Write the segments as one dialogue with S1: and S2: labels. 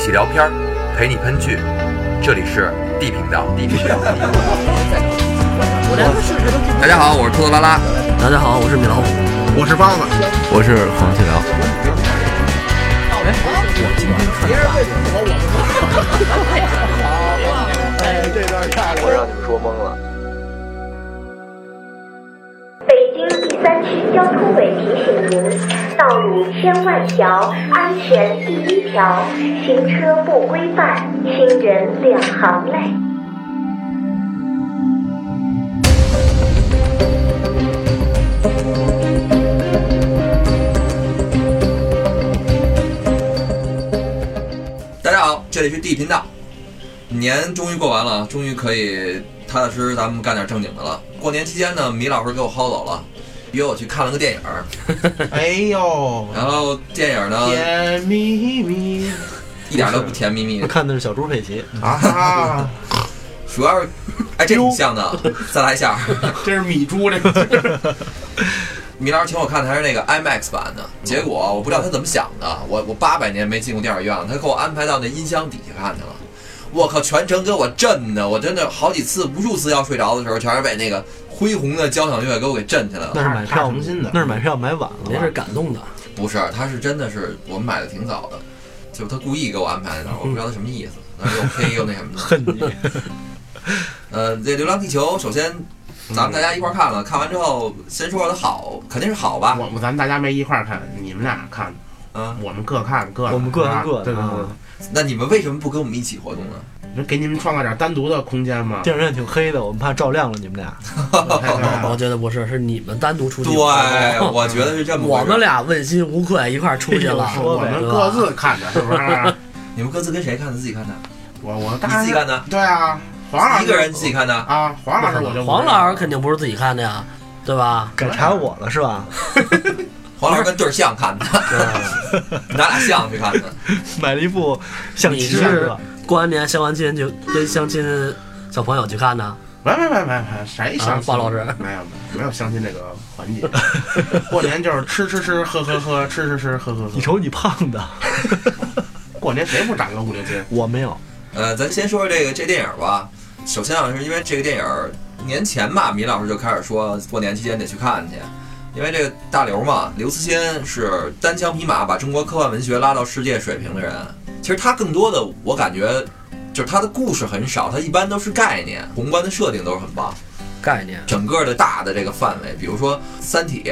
S1: 起聊片儿，陪你喷剧。这里是 D 频道，D 频道。大家好，我是兔子拉拉。
S2: 大家好，我是米老虎。
S3: 我是方子，
S4: 我是黄继辽。
S3: 我让你们说懵了。
S5: 北京第三区交通委提醒您：道路千万条，安全第一条。行车不规范，行人两行泪。
S1: 大家好，这里是 D 频道。年终于过完了，终于可以踏踏实实咱们干点正经的了。过年期间呢，米老师给我薅走了，约我去看了个电影儿，
S3: 哎呦，
S1: 然后电影呢
S3: 甜蜜蜜
S1: 一点都不甜蜜蜜，
S2: 看的是小猪佩奇，
S3: 啊！
S1: 主要是，哎，这挺像的。 再来一下，
S3: 这是米猪这个，
S1: 米老师请我看的还是那个 IMAX 版的，结果我不知道他怎么想的，我我八百年没进过电影院了，他给我安排到那音箱底下看去了。我靠，全程给我震的，我真的好几次、无数次要睡着的时候，全是被那个恢宏的交响乐给我给震起来
S2: 那
S1: 了。
S2: 是买票
S3: 踏实心的
S2: 那是买票买晚了吧。
S6: 那是感动的，
S1: 不是，他是真的是我们买的挺早的，就是他故意给我安排在那儿，我不知道他什么意思，但是又黑又那什么的。
S2: 恨你，
S1: 呃，这《流浪地球》首先咱们大家一块儿看了，看完之后先说说它好，肯定是好吧？
S3: 我们咱们大家没一块儿看，你们俩看，
S1: 嗯，
S3: 我们各看各的，
S2: 我们各看
S3: 是吧
S2: 各的
S3: 对对
S2: 啊
S3: 对
S1: 那你们为什么不跟我们一起活动呢？
S3: 对，能给你们创造点单独的空间吗？
S2: 电影院挺黑的，我们怕照亮了你们俩。
S6: 我觉哦得不是，是你们单独出去。
S1: 对， 我觉得是这么回事
S6: 我们俩问心无愧，一块儿出去了。
S3: 我们各自看的，是不是？
S1: 你们各自跟谁看的？自己看的？
S3: 我我当然
S1: 你自己看的
S3: 对啊，黄老师
S1: 一个人自己看的？
S3: 啊，黄老师我就不
S6: 黄老师肯定不是自己看的呀，对吧？
S2: 改查我了是吧？
S1: 黄老师跟对象看的， 拿俩象去看的。
S2: 买了一部象棋
S6: 你
S2: 是
S6: 是
S2: 吧？
S6: 过完年相完亲就跟相亲小朋友去看的，
S3: 没没没没没谁相
S6: 啊
S3: 亲？
S6: 鲍老师
S3: 没有没有没有相亲这个环节，过年就是吃吃吃喝喝喝吃吃吃喝喝
S2: 你
S3: 喝，
S2: 瞅你胖的，
S3: 过年谁不长个五六斤？
S2: 我没有。
S1: 呃，咱先说说这个这电影吧。首先啊，是因为这个电影年前吧，米老师就开始说过年期间得去看去，因为这个大刘嘛，刘慈欣是单枪匹马把中国科幻文学拉到世界水平的人。其实他更多的，我感觉就是他的故事很少，他一般都是概念，宏观的设定都是很棒。
S6: 概念。
S1: 整个的大的这个范围，比如说《三体》，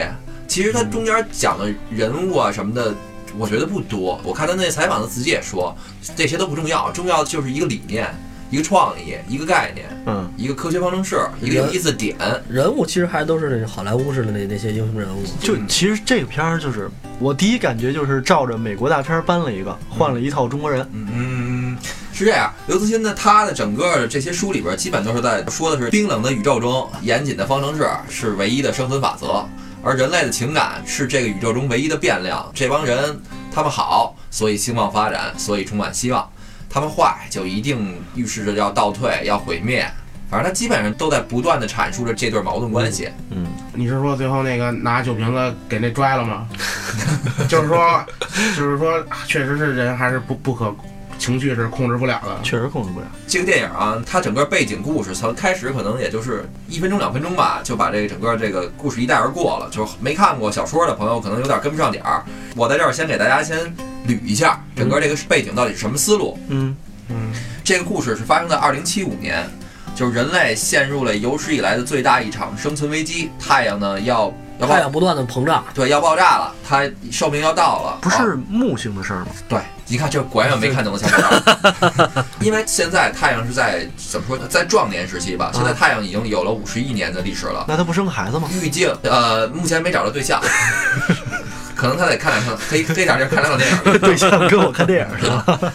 S1: 其实它中间讲的人物啊什么的，我觉得不多。我看他那采访，他自己也说，这些都不重要，重要的就是一个理念、一个创意、一个概念、
S2: 嗯，
S1: 一个科学方程式、一个有意思的点。
S6: 人物其实还都是那种好莱坞式的那那些英雄人物，
S2: 就其实这个片儿就是我第一感觉就是照着美国大片儿搬了一个，换了一套中国人。
S1: 嗯，是这样。刘慈欣呢，他的整个的这些书里边，基本都是在说的是冰冷的宇宙中，严谨的方程式是唯一的生存法则，而人类的情感是这个宇宙中唯一的变量。这帮人他们好，所以兴旺发展，所以充满希望；他们坏，就一定预示着要倒退、要毁灭。反正他基本上都在不断的阐述着这对矛盾关系。
S2: 嗯，
S3: 你是说最后那个拿酒瓶子给那拽了吗？就是说，就是说，确实是人还是不不可情绪是控制不了的。
S2: 确实控制不了。
S1: 这个电影啊，它整个背景故事从开始可能也就是一分钟两分钟吧，就把这个整个这个故事一带而过了。就是没看过小说的朋友可能有点跟不上点儿。我在这儿先给大家先捋一下整个这个背景到底是什么思路。
S2: 嗯，
S3: 嗯，
S1: 这个故事是发生在二零七五年，就是人类陷入了有史以来的最大一场生存危机，太阳呢要要
S6: 太
S1: 爆
S6: 阳不断的膨胀，
S1: 对要爆炸了，它寿命要到了，
S2: 不
S1: 啊
S2: 是木星的事儿吗？
S1: 对，一看这果然有没看懂的小伙伴 儿。因为现在太阳是在怎么说呢，在壮年时期吧，
S2: 嗯
S1: 现在太阳已经有了五十亿年的历史了。
S2: 那他不生孩子吗？
S1: 预计呃，目前没找着对象， 可能他得看两场黑黑点儿地儿看两场电影。
S2: 对象跟我看电影似 的。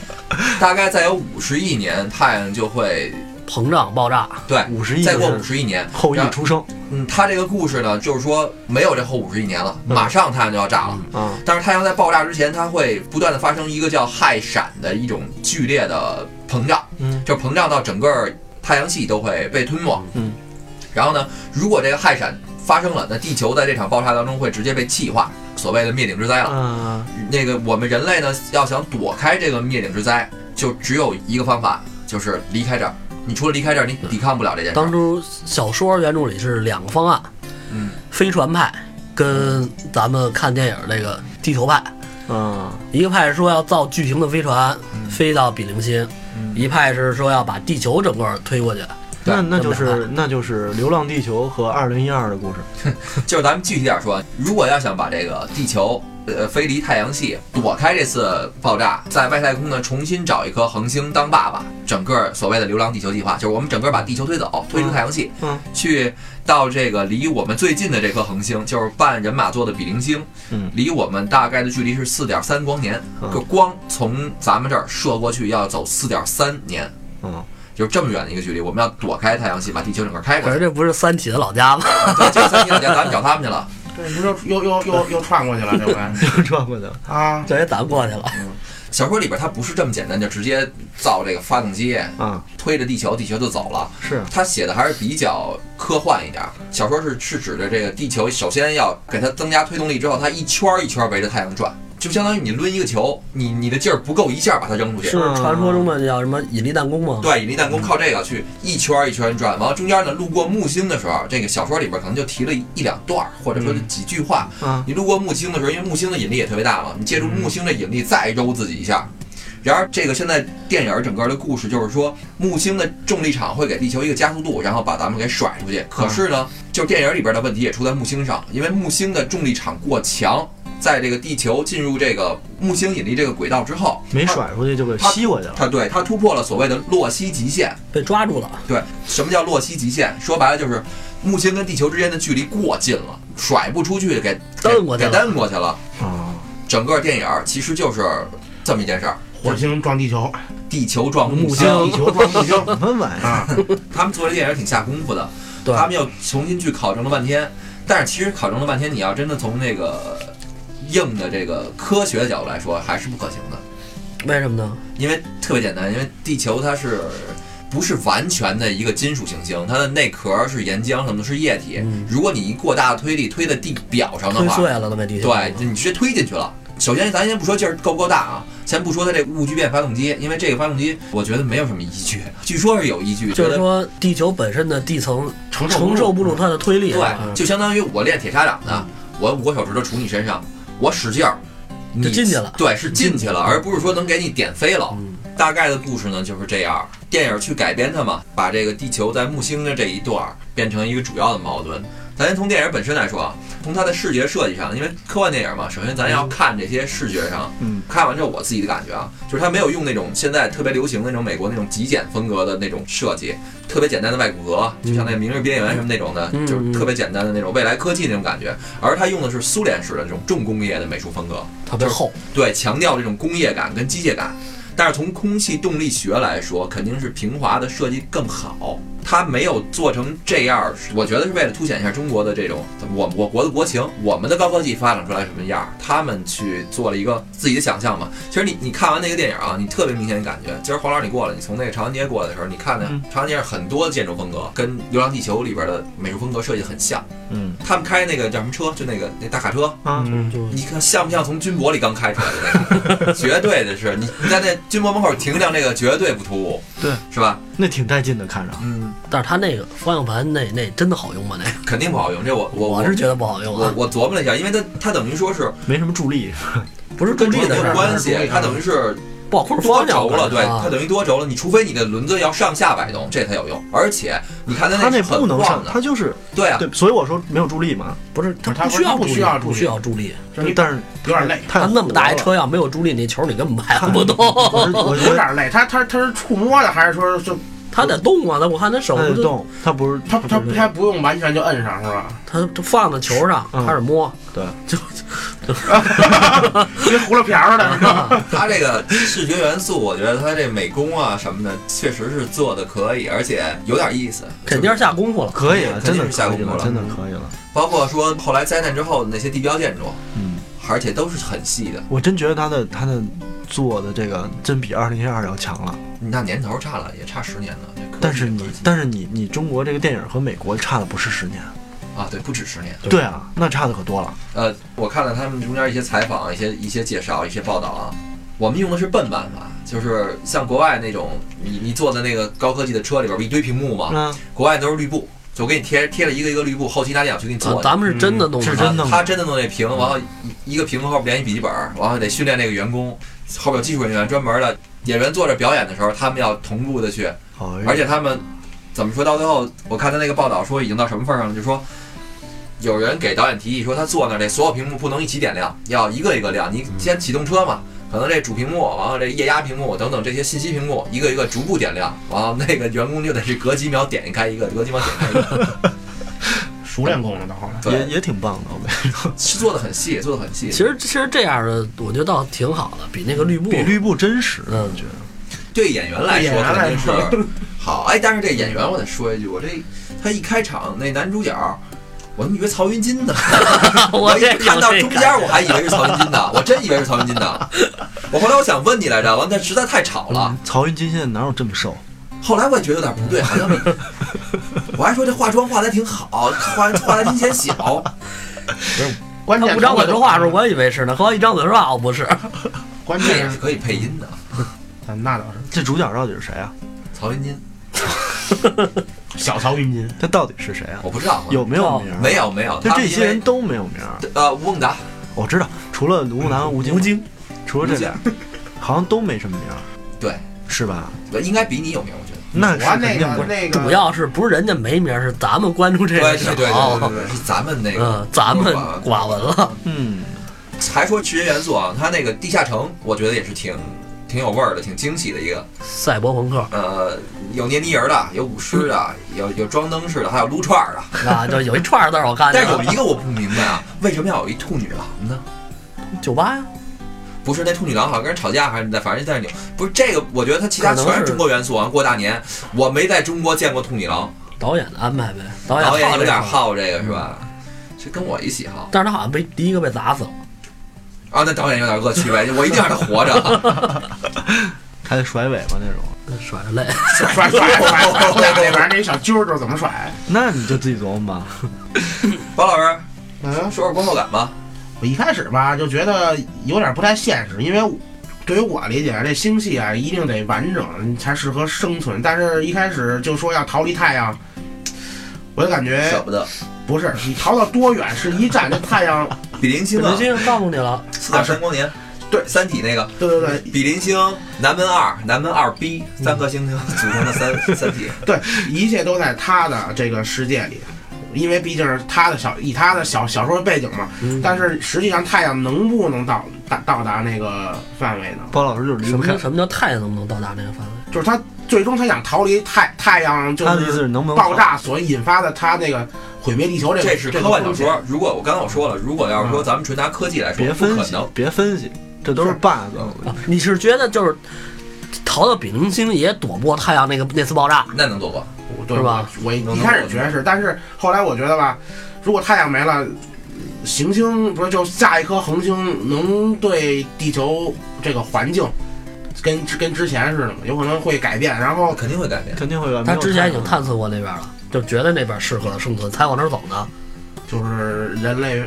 S1: 大概再有五十亿年，太阳就会
S6: 膨胀爆炸，
S1: 对，
S2: 五十亿
S1: 再过
S2: 就是
S1: 五十亿年，
S2: 后羿
S1: 然后
S2: 出生
S1: 嗯，他这个故事呢，就是说没有这后五十亿年了，
S2: 嗯
S1: 马上太阳就要炸了。
S2: 啊，
S1: 但是太阳在爆炸之前，它会不断的发生一个叫氦闪的一种剧烈的膨胀，
S2: 嗯，
S1: 就膨胀到整个太阳系都会被吞没，
S2: 嗯。
S1: 然后呢，如果这个氦闪发生了，那地球在这场爆炸当中会直接被气化，所谓的灭顶之灾了。
S2: 嗯，
S1: 那个我们人类呢，要想躲开这个灭顶之灾，就只有一个方法，就是离开这儿。你除了离开这儿，你抵抗不了这件事
S6: 当
S1: 儿。
S6: 初小说原著里是两个方案，
S1: 嗯，
S6: 飞船派跟咱们看电影那个地球派，
S2: 嗯，
S6: 一个派是说要造巨型的飞船
S1: 嗯
S6: 飞到比邻星，一派是说要把地球整个推过去。
S1: 对
S2: 那那就
S6: 这么
S2: 是那就是《流浪地球》和《二零一二》的故事。
S1: 就是咱们具体点儿说，如果要想把这个地球呃飞离太阳系，躲开这次爆炸，在外太空呢重新找一颗恒星当爸爸，整个所谓的流浪地球计划，就是我们整个把地球推走，推出太阳系，
S2: 嗯，
S1: 去到这个离我们最近的这颗恒星，就是半人马座的比邻星，
S2: 嗯
S1: 离我们大概的距离是四点三光年，
S2: 嗯
S1: 就光从咱们这儿射过去要走四点三年，
S2: 嗯，
S1: 就是这么远的一个距离，我们要躲开太阳系，把地球整个开过
S6: 可是
S1: 去。
S6: 这不是三体的老家吗？
S1: 对，这三年咱们找他们去了。
S3: 这不就又又又又串过去了，对不对？
S2: 又转过去了。
S3: 啊，
S6: 这也咱过去了。
S1: 嗯小说里边它不是这么简单，就直接造这个发动 机
S2: 啊，
S1: 推着地球，地球就走了。
S2: 是
S1: 它写的还是比较科幻一点儿。小说是是指着这个地球，首先要给它增加推动力之后，它一圈儿一圈儿围着太阳转，就相当于你抡一个球，你你的劲儿不够，一下把它扔出去。
S6: 是传说中的叫什么引力弹弓吗？
S1: 对，引力弹弓靠这个去一圈儿一圈儿转，完了中间呢，路过木星的时候，这个小说里边可能就提了一一两段儿，或者说就几句话。
S2: 啊，
S1: 你路过木星的时候，因为木星的引力也特别大嘛，你借助木星的引力再揉自己一下。然而，这个现在电影整个的故事就是说，木星的重力场会给地球一个加速度，然后把咱们给甩出去。可是呢，就电影里边的问题也出在木星上，因为木星的重力场过强，在这个地球进入这个木星引力这个轨道之后，
S2: 没甩出去就给吸过去了。
S1: 它对它突破了所谓的洛希极限，
S6: 被抓住了。
S1: 对，什么叫洛希极限？说白了就是木星跟地球之间的距离过近了，甩不出去，给
S6: 蹬过去
S1: 给
S6: 了
S1: 给蹬过去了。
S2: 啊，
S1: 整个电影儿其实就是这么一件事儿：
S3: 火星撞地球
S1: 地球撞木
S6: 木
S2: 哎
S1: 星。
S6: 星
S3: 地球撞木星
S2: 什么玩意儿？
S3: 啊，
S1: 他们做这电影儿挺下功夫的，
S6: 对，
S1: 他们又重新去考证了半天。但是其实考证了半天，你要真的从那个硬的这个科学角度来说，还是不可行的。
S6: 为什么呢？
S1: 因为特别简单，因为地球它是不是完全的一个金属行星，它的内壳是岩浆什么的，是液体。
S6: 嗯
S1: 如果你一过大的推力推在地表上的
S6: 推
S1: 话，
S6: 碎了都没地球。
S1: 对，你直接推进去了。首先，咱先不说劲儿够不够大啊，先不说它这个物聚变发动机，因为这个发动机我觉得没有什么依据，据说是有依据，
S6: 就
S1: 觉
S6: 是
S1: 得
S6: 说地球本身的地层
S3: 承
S6: 承受不住它的推力。啊
S1: 对，就相当于我练铁砂掌
S6: 嗯
S1: 呢，我五个手指头杵你身上，我使劲儿，你
S6: 就进去了嗯
S1: 对，是进去了，而不是说能给你点飞了。大概的故事呢就是这样，电影去改编它嘛，把这个地球在木星的这一段儿变成一个主要的矛盾。咱先从电影本身来说啊，从它的视觉设计上，因为科幻电影嘛，首先咱要
S6: 嗯
S1: 看这些视觉上，
S2: 嗯，
S1: 看完之后我自己的感觉啊，就是它没有用那种现在特别流行的那种美国那种极简风格的那种设计，特别简单的外骨骼，就像那《明日边缘》什么那种的，
S6: 嗯
S1: 就是特别简单的那种未来科技那种感觉，而它用的是苏联式的那种重工业的美术风格，
S6: 特别厚，
S1: 对，强调这种工业感跟机械感。但是从空气动力学来说，肯定是平滑的设计更好。它没有做成这样，我觉得是为了凸显一下中国的这种我我国的国情，我们的高科技发展出来什么样，他们去做了一个自己的想象嘛。其实你你看完那个电影啊，你特别明显的感觉，今儿黄老师你过来，你从那个长安街过来的时候，你看那
S2: 嗯
S1: 长安街上很多建筑风格跟《流浪地球》里边的美术风格设计很像。
S2: 嗯
S1: 他们开那个叫什么车，就那个那大卡车，
S2: 啊，
S3: 嗯，
S6: 就
S1: 你看像不像从军博里刚开出来的那 个？绝对的是，你你在那军博门口停一辆这个绝对不突兀，
S2: 对，
S1: 是吧？
S2: 那挺带劲的，看着。
S1: 嗯，
S6: 但是它那个方向盘那那真的好用吗？那个
S1: 肯定不好用。这我我
S6: 我是觉得不好用
S1: 我
S6: 啊，
S1: 我琢磨了一下，因为它它等于说是
S2: 没什么助力，
S6: 不是
S1: 跟
S6: 重力
S1: 没
S6: 的事
S1: 有
S6: 儿，
S1: 关系
S3: 助力，的
S1: 它等于是
S6: 不好控制
S1: 多
S6: 方向。
S1: 轴了，对，
S6: 啊
S1: 它等于多轴了。你除非你的轮子要上下摆动，这才有用。而且你看它
S2: 它那
S1: 那
S2: 不
S1: 很
S2: 能
S1: 晃
S2: 上，
S1: 的
S2: 它，就是
S1: 对啊，
S2: 对，所以我说没有助力嘛。
S6: 不是它
S3: 它
S6: 不需要
S3: 不
S6: 助
S3: 需
S6: 力
S3: 要
S6: 不
S3: 助力
S6: 需要助力，
S3: 就是你
S2: 但是
S3: 有点累，
S2: 太
S6: 它那么大一
S2: 活
S6: 车要没有助力，那球你根本拍
S2: 了，
S6: 不动。
S2: 我是 我
S3: 有
S2: 觉得
S3: 点累。它它它是触摸的，还是说就
S6: 它得动啊，那我看它手
S2: 它
S6: 不
S2: 得
S6: 就
S2: 动，它不是
S3: 它它
S2: 不是
S3: 它不用完全就摁上是吧？
S6: 它它放在球上
S2: 嗯
S6: 开始摸，
S2: 对，
S6: 就
S3: 跟葫芦瓢的是吧？
S1: 它这个视觉元素，我觉得它这美工啊什么的，确实是做的可以，而且有点意思。
S6: 肯定是下功夫了。
S2: 可以了，
S1: 肯
S2: 真
S1: 定
S2: 的
S1: 是下
S2: 可以
S1: 功夫
S2: 了，
S1: 了
S2: 真的可以了。
S1: 包括说后来灾难之后的那些地标建筑，
S2: 嗯，
S1: 而且都是很细的。
S2: 我真觉得它的它的做的这个真比二零一二要强了。
S1: 那年头差了，也差十年呢。这科技
S2: 但是你
S1: 科技
S2: 但是你你中国这个电影和美国差的不是十年，
S1: 啊，对，不止十年。
S2: 对啊，那差的可多了。
S1: 呃，我看了他们中间一些采访、一些一些介绍、一些报道啊，我们用的是笨办法，就是像国外那种，你你坐在那个高科技的车里边不一堆屏幕吗？
S2: 嗯，
S1: 国外都是绿布，就给你贴贴了一个一个绿布，后期拿电脑去给你做
S6: 啊
S1: 去。
S6: 咱们是真的弄
S2: 是
S6: 的，
S2: 真的吗
S1: 他真的弄那屏，然后一个屏幕后边连一笔记本，然后得训练那个员工，后边有技术人员专门的演员坐着表演的时候，他们要同步的去，
S2: 好，
S1: 而且他们怎么说到最后，我看他那个报道说已经到什么份儿上了，就说有人给导演提议说他坐那儿这所有屏幕不能一起点亮，要一个一个亮。你先启动车嘛，可能这主屏幕，然后这液压屏幕等等这些信息屏幕一个一个逐步点亮，然后那个员工就得是隔几秒点开一个，隔几秒点啊开一个，
S3: 熟练工了到后来。
S1: 对
S2: 也也挺棒的，我们
S1: 是做的很细，做的很细。
S6: 其实其实这样的，我觉得倒挺好的，比那个绿布
S2: 比绿布真实，
S6: 嗯
S2: 我觉得
S1: 对演员来
S3: 对演
S1: 说
S3: 员
S1: 肯定是
S3: 来
S1: 好。哎，但是这演员我得说一句，我这他一开场那男主角，我怎么以为曹云金呢？
S6: 我
S1: 一
S6: 也
S1: 看
S6: 有
S1: 到
S6: 这
S1: 中
S6: 感
S1: 间
S6: 觉
S1: 我还以为是曹云金呢，我真以为是曹云金呢。我后来我想问你来着，完但实在太吵了。
S2: 曹云金现在哪有这么瘦？
S1: 后来我也觉得有点不对，好像比我还说这化妆化的挺好，化化的挺显小。
S3: 关
S6: 他
S3: 键
S6: 不张嘴说话的时候，
S3: 关
S6: 我以为是呢，后来一张嘴说话，哦，不是，
S3: 关
S1: 这也
S3: 键
S1: 是
S3: 是
S1: 可以配音的，
S3: 那倒是
S2: 这主角到底是谁啊？
S1: 曹云金
S3: 小曹云金，
S2: 他到底是谁啊？
S1: 我不知道
S2: 有没有名？
S1: 没，有没有，
S2: 就
S1: 他
S2: 这
S1: 们因
S2: 些人
S1: 为
S2: 都没有名。
S1: 呃吴孟达
S2: 我知道，除了吴楠、吴京，吴京，除了这俩， 好像都没什么名，
S1: 对，
S2: 是吧？
S1: 应该比你有名，我觉得。
S2: 那是
S3: 我
S2: 肯
S3: 那
S2: 定不
S3: 个
S2: 是。
S3: 那个
S6: 主要是不是人家没名儿，是咱们关注这
S1: 对
S6: 个
S1: 对
S6: 少
S1: 对对，对对，是咱们那个
S6: 哦嗯，咱们
S1: 寡
S6: 寡闻了，
S2: 嗯，
S1: 还说职业元素啊，他那个地下城，我觉得也是挺挺有味儿的，挺惊喜的一个。
S6: 赛博朋克
S1: 呃，有捏泥人儿的，有舞狮的，有有装灯饰的，还有撸串儿的。
S6: 啊，就有一串儿字儿我看见
S1: 但 是有
S6: 了，
S1: 一个我不明白啊，为什么要有一兔女郎呢？
S6: 酒吧呀，
S1: 不是那兔女郎好像跟人吵架还是在，反正在那扭。不是这个，我觉得它其他
S6: 可能
S1: 全是
S6: 是
S1: 中国元素啊。过大年，我没在中国见过兔女郎，
S6: 导演的安排呗，导
S1: 导演
S6: 好
S1: 有
S6: 这
S1: 点
S6: 好，
S1: 哦好这个是吧？这跟我一起好
S6: 但是他好像被第一个被砸死了，
S1: 啊，那导演有点恶趣味，我 一定让他活着。
S2: 还得甩尾巴那种，
S6: 甩着泪，
S3: 甩甩甩甩甩甩那边那小揪儿就是怎么甩？
S2: 那你就自己琢磨吧。
S1: 包老师
S3: 嗯，
S1: 说说观后感吧。
S3: 我一开始吧就觉得有点不太现实，因为我对于我理解，这星系啊一定得完整你才适合生存，但是一开始就说要逃离太阳，我就感
S1: 舍
S3: 觉
S1: 不得，
S3: 不是你逃到多远是一站，这太阳
S1: 比邻星
S6: 明
S1: 啊，
S6: 星告诉你了，
S1: 四大三光年，
S3: 对
S1: 啊三体那个。
S3: 对对对，
S1: 比邻星、南门二、南门二 B 三颗星球 组成的三三体，
S3: 对，一切都在他的这个世界里，因为毕竟是他的小以他的小小说背景嘛。但是实际上，太阳能不能到达到达那个范围呢？
S2: 包老师就是离
S6: 什
S2: 不
S6: 么
S2: 开
S6: 叫，什么叫太阳能不能到达那个范围？
S3: 就是他最终他想逃离太太阳，就
S2: 他的意思
S3: 是
S2: 是能不能
S3: 爆炸所引发的他那个毁灭地球这个
S1: 这是科幻小。说。如果我刚才我说了，如果要是说咱们纯拿科技来说，
S2: 别
S1: 不
S2: 分
S1: 可
S2: 析
S1: 能，。
S2: 别分析，这都是 bug。
S6: 啊你是觉得就是逃到比邻星也躲不过太阳那个那次爆炸？
S1: 那能做过？
S3: 我对
S6: 是吧？
S3: 我一
S1: 能
S3: 一开始觉得是，但是后来我觉得吧，如果太阳没了。行星不是就下一颗恒星能对地球这个环境跟跟之前似的吗？有可能会改变，然后
S1: 肯定会改变。
S2: 肯定会有。
S6: 他之前已经探测过那边了，就觉得那边适合生存，才往那儿走呢。
S3: 就是人类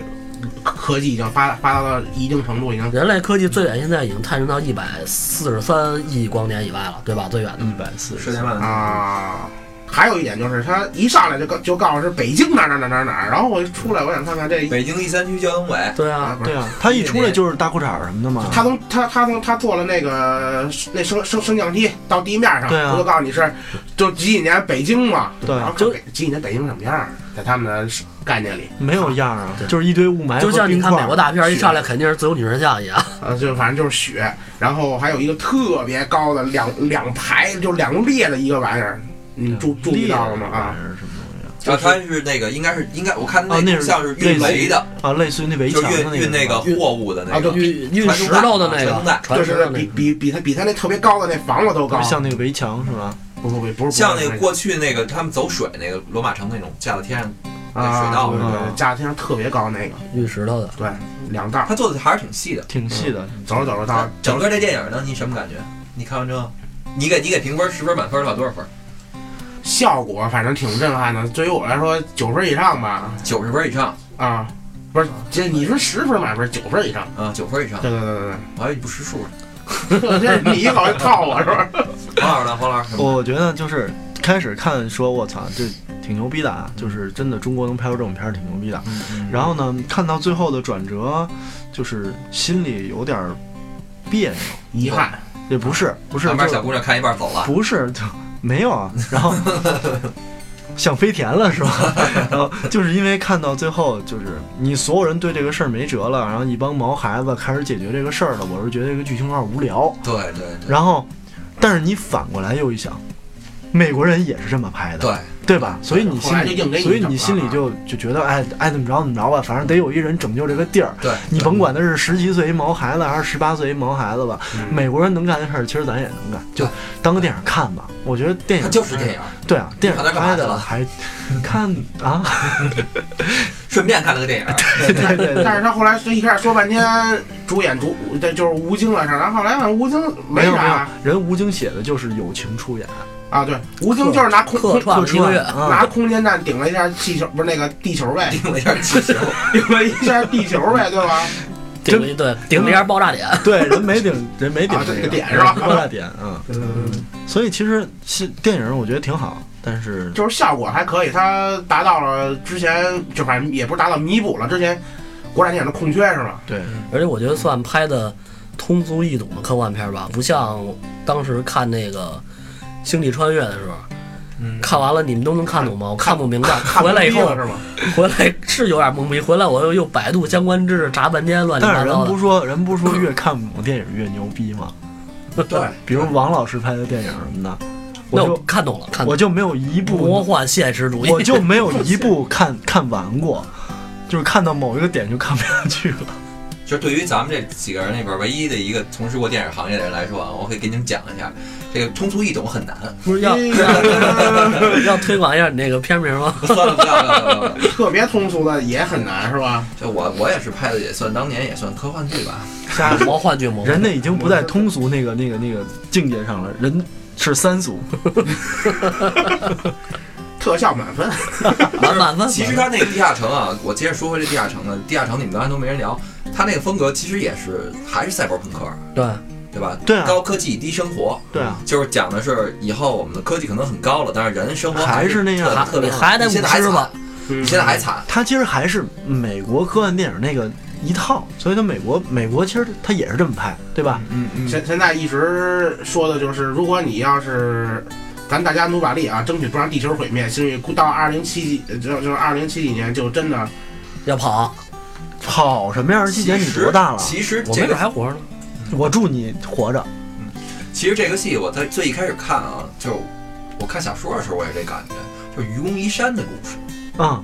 S3: 科技已经发发达到一定程度，已经
S6: 人类科技最远现在已经探寻到一百四十三亿光年以外了，对吧？最远的。
S2: 一百四十，
S1: 万，
S3: 啊。还有一点就是，他一上来就告就告诉我是北京哪儿哪儿哪儿哪儿哪儿，然后我一出来，我想看看这
S1: 北京第三区交通委
S6: 对啊，
S3: 啊，不
S2: 对
S3: 是
S2: 啊，他一出来就是大裤衩什么的嘛。
S3: 他从他他从他坐了那个那升升升降梯到地面上，
S2: 对啊
S3: 我就告诉你是就几几年北京嘛，
S2: 对
S3: 然后
S6: 就
S3: 看北几几年北京什么样儿，在他们的概念里，
S2: 没有样儿啊
S6: 对，
S2: 就是一堆雾霾
S6: 就
S2: 和
S6: 像你
S2: 冰
S6: 看美
S2: 块
S6: 国
S2: 儿。
S6: 大片一上来肯定是自由女神像一样，
S3: 呃，就反正就是雪，然后还有一个特别高的两两排就两列的一个玩意儿，你注注意到了吗？啊，
S2: 是什么东西
S1: 啊，它是那个应该是应该我看
S2: 啊那
S1: 那
S2: 是
S1: 像是运煤的，
S2: 啊？啊，类似于那围
S1: 就
S2: 墙
S1: 是
S2: 的
S1: 运运那
S2: 那
S1: 个
S2: 个。
S1: 货物的那个
S3: 啊。
S6: 运运
S1: 传送
S6: 石
S1: 带
S6: 头的
S1: 传
S6: 那
S1: 送带
S3: 就
S6: 个，传石
S3: 是
S6: 头那
S3: 比
S6: 个，
S3: 比比他比他那特别高的那房子都
S2: 不
S3: 高，
S2: 是像那个围墙是吧？
S3: 不不不不是
S1: 像那个
S3: 锅
S1: 过去那个他们走水那个罗马城那种架在天上，
S3: 啊，
S1: 水道
S3: 对对
S2: 是吧
S3: 对架天上特别高那个，
S6: 运石头的。
S3: 对，两道
S1: 他做的还是挺细的。
S2: 挺细的，
S1: 嗯
S3: 走着走着到
S1: 整个这电影呢，你什么感觉？你看完之后，你给你给评分十分满分的话多少分？
S3: 效果反正挺震撼的，对于我来说九分以上吧，
S1: 九十分以上
S3: 啊，不是这你说十分满分九分以上，
S1: 啊，九分以上。
S3: 对对对对对，
S1: 我还以为你不识数呢。
S3: 这你好像套我是吧？
S1: 黄老师呢？黄老师，
S2: 我觉得就是开始看说，我操，这挺牛逼的啊！就是真的，中国能拍出这种片儿挺牛逼
S1: 嗯
S2: 的。然后呢，看到最后的转折，就是心里有点儿别扭，
S3: 遗憾，
S2: 也不是，不是，
S1: 旁边
S2: 就
S1: 小姑娘看一半走了，
S2: 不是，就没有啊。 然后想飞田了是吧？ 然后就是因为看到最后，就是你所有人对这个事儿没辙了，然后一帮毛孩子开始解决这个事儿了。我是觉得这个剧情有点无聊。
S1: 对对对
S2: 然后，但是你反过来又一想，美国人也是这么拍的，
S1: 对，
S2: 对吧？所以你
S3: 后
S2: 心
S3: 来就硬给
S2: 里，
S3: 你
S2: 所以
S3: 整
S2: 你
S3: 了
S2: 心里
S3: 啊
S2: 就就觉得，哎，爱怎么着怎么着吧，反正得有一人拯救这个地儿。
S1: 对，
S2: 你甭管他是十七岁一毛孩子还是十八岁一毛孩子吧，
S3: 嗯
S2: 美国人能干的事儿，其实咱也能干，就
S1: 对
S2: 当个电影看吧。我觉得电
S1: 他
S2: 影
S1: 就是这样，
S2: 对啊，电影
S1: 看他干嘛
S2: 拍
S1: 去
S2: 的
S1: 了
S2: 还看啊，
S1: 顺便看了个电影，
S2: 对对 对对
S3: 但是他后来一开始说半天主演主，这就是吴京了，然后后来好像吴京
S2: 没有没有
S3: 啥，
S2: 人吴京写的就是友情出演，
S3: 啊，对，吴京就是拿空
S6: 客
S3: 空
S6: 串了一个月，
S2: 啊
S3: 拿空间站顶了一下气球，不是那个地球呗，
S1: 定了一下气球，
S3: 顶了一下地球呗，对吧？
S6: 顶了一顿，顶了一下爆炸点。
S2: 对，人没顶，人没顶
S3: 啊
S2: 这
S3: 这
S2: 个
S3: 个点是吧
S2: 多大点啊？所以其实是电影，我觉得挺好，但是
S3: 就是效果还可以，它达到了之前就反正也不是达到弥补了之前国产电影的空缺是吧？
S2: 对
S6: 而且我觉得算拍的通俗易懂的科幻片吧，不像当时看那个《星际穿越》的时候，看完了你们都能看懂吗？我嗯看不明白，
S3: 看
S6: 回来以
S3: 懵逼
S6: 后
S3: 了是 吗？
S6: 回来是有点懵逼，回来我又又百度相关知识查半天，乱七
S2: 但
S6: 八
S2: 是人
S6: 糟
S2: 不
S6: 的。
S2: 说人不说越看不懂电影越牛逼嘛？
S1: 对，
S2: 比如王老师拍的电影什么的，我
S6: 那我
S2: 就
S6: 看懂了，看懂
S2: 我
S6: 了。
S2: 就没有一部，
S6: 魔幻现实主义，
S2: 我就没有一部看 看完过，就是看到某一个点就看不下去了。
S1: 就是对于咱们这几个人里边唯一的一个从事过电影行业的人来说啊，我可以给你们讲一下，这个通俗易懂很难，
S6: 不是要要要推广一下你那个片名吗？
S1: 算了，不要不要不要不要。
S3: 特别通俗的也很难是吧？
S1: 就我我也是拍的，也算当年也算科幻剧吧。
S2: 瞎
S6: 魔幻剧魔幻
S2: 人类已经不在通俗那个那个那个境界上了，人是三俗。
S3: 特效满分，
S6: 满满分。
S1: 其实它那个地下城啊， 我接着说回这地下城呢。地下城你们刚才都没人聊，它那个风格其实也是还是赛博朋克，
S6: 对，
S1: 对吧？
S2: 对啊
S1: 高科技低生活，
S2: 对啊，
S1: 就是讲的是以后我们的科技可能很高了，但是人生活
S2: 还是
S1: 是
S2: 那样
S1: 特特别
S6: 你还得
S1: 你现在还
S6: 五十
S1: 惨
S6: 吧，嗯
S1: 你 现在还惨。
S2: 它其实还是美国科幻电影那个一套，所以它美国美国其实它也是这么拍，对吧？
S1: 嗯嗯，
S3: 现现在一直说的就是，如果你要是咱大家努把力啊，争取不让地球毁灭，所以到二零七就就是二零七几年就真的
S6: 要跑，
S2: 跑什么样？季姐你多大了？
S1: 其实
S6: 我
S1: 这
S6: 没准
S1: 个
S6: 还活着呢。
S2: 我祝你活着。
S1: 其实这个戏我在最一开始看啊，就我看小说的时候我也这感觉，就是愚公移山的故事，
S2: 嗯，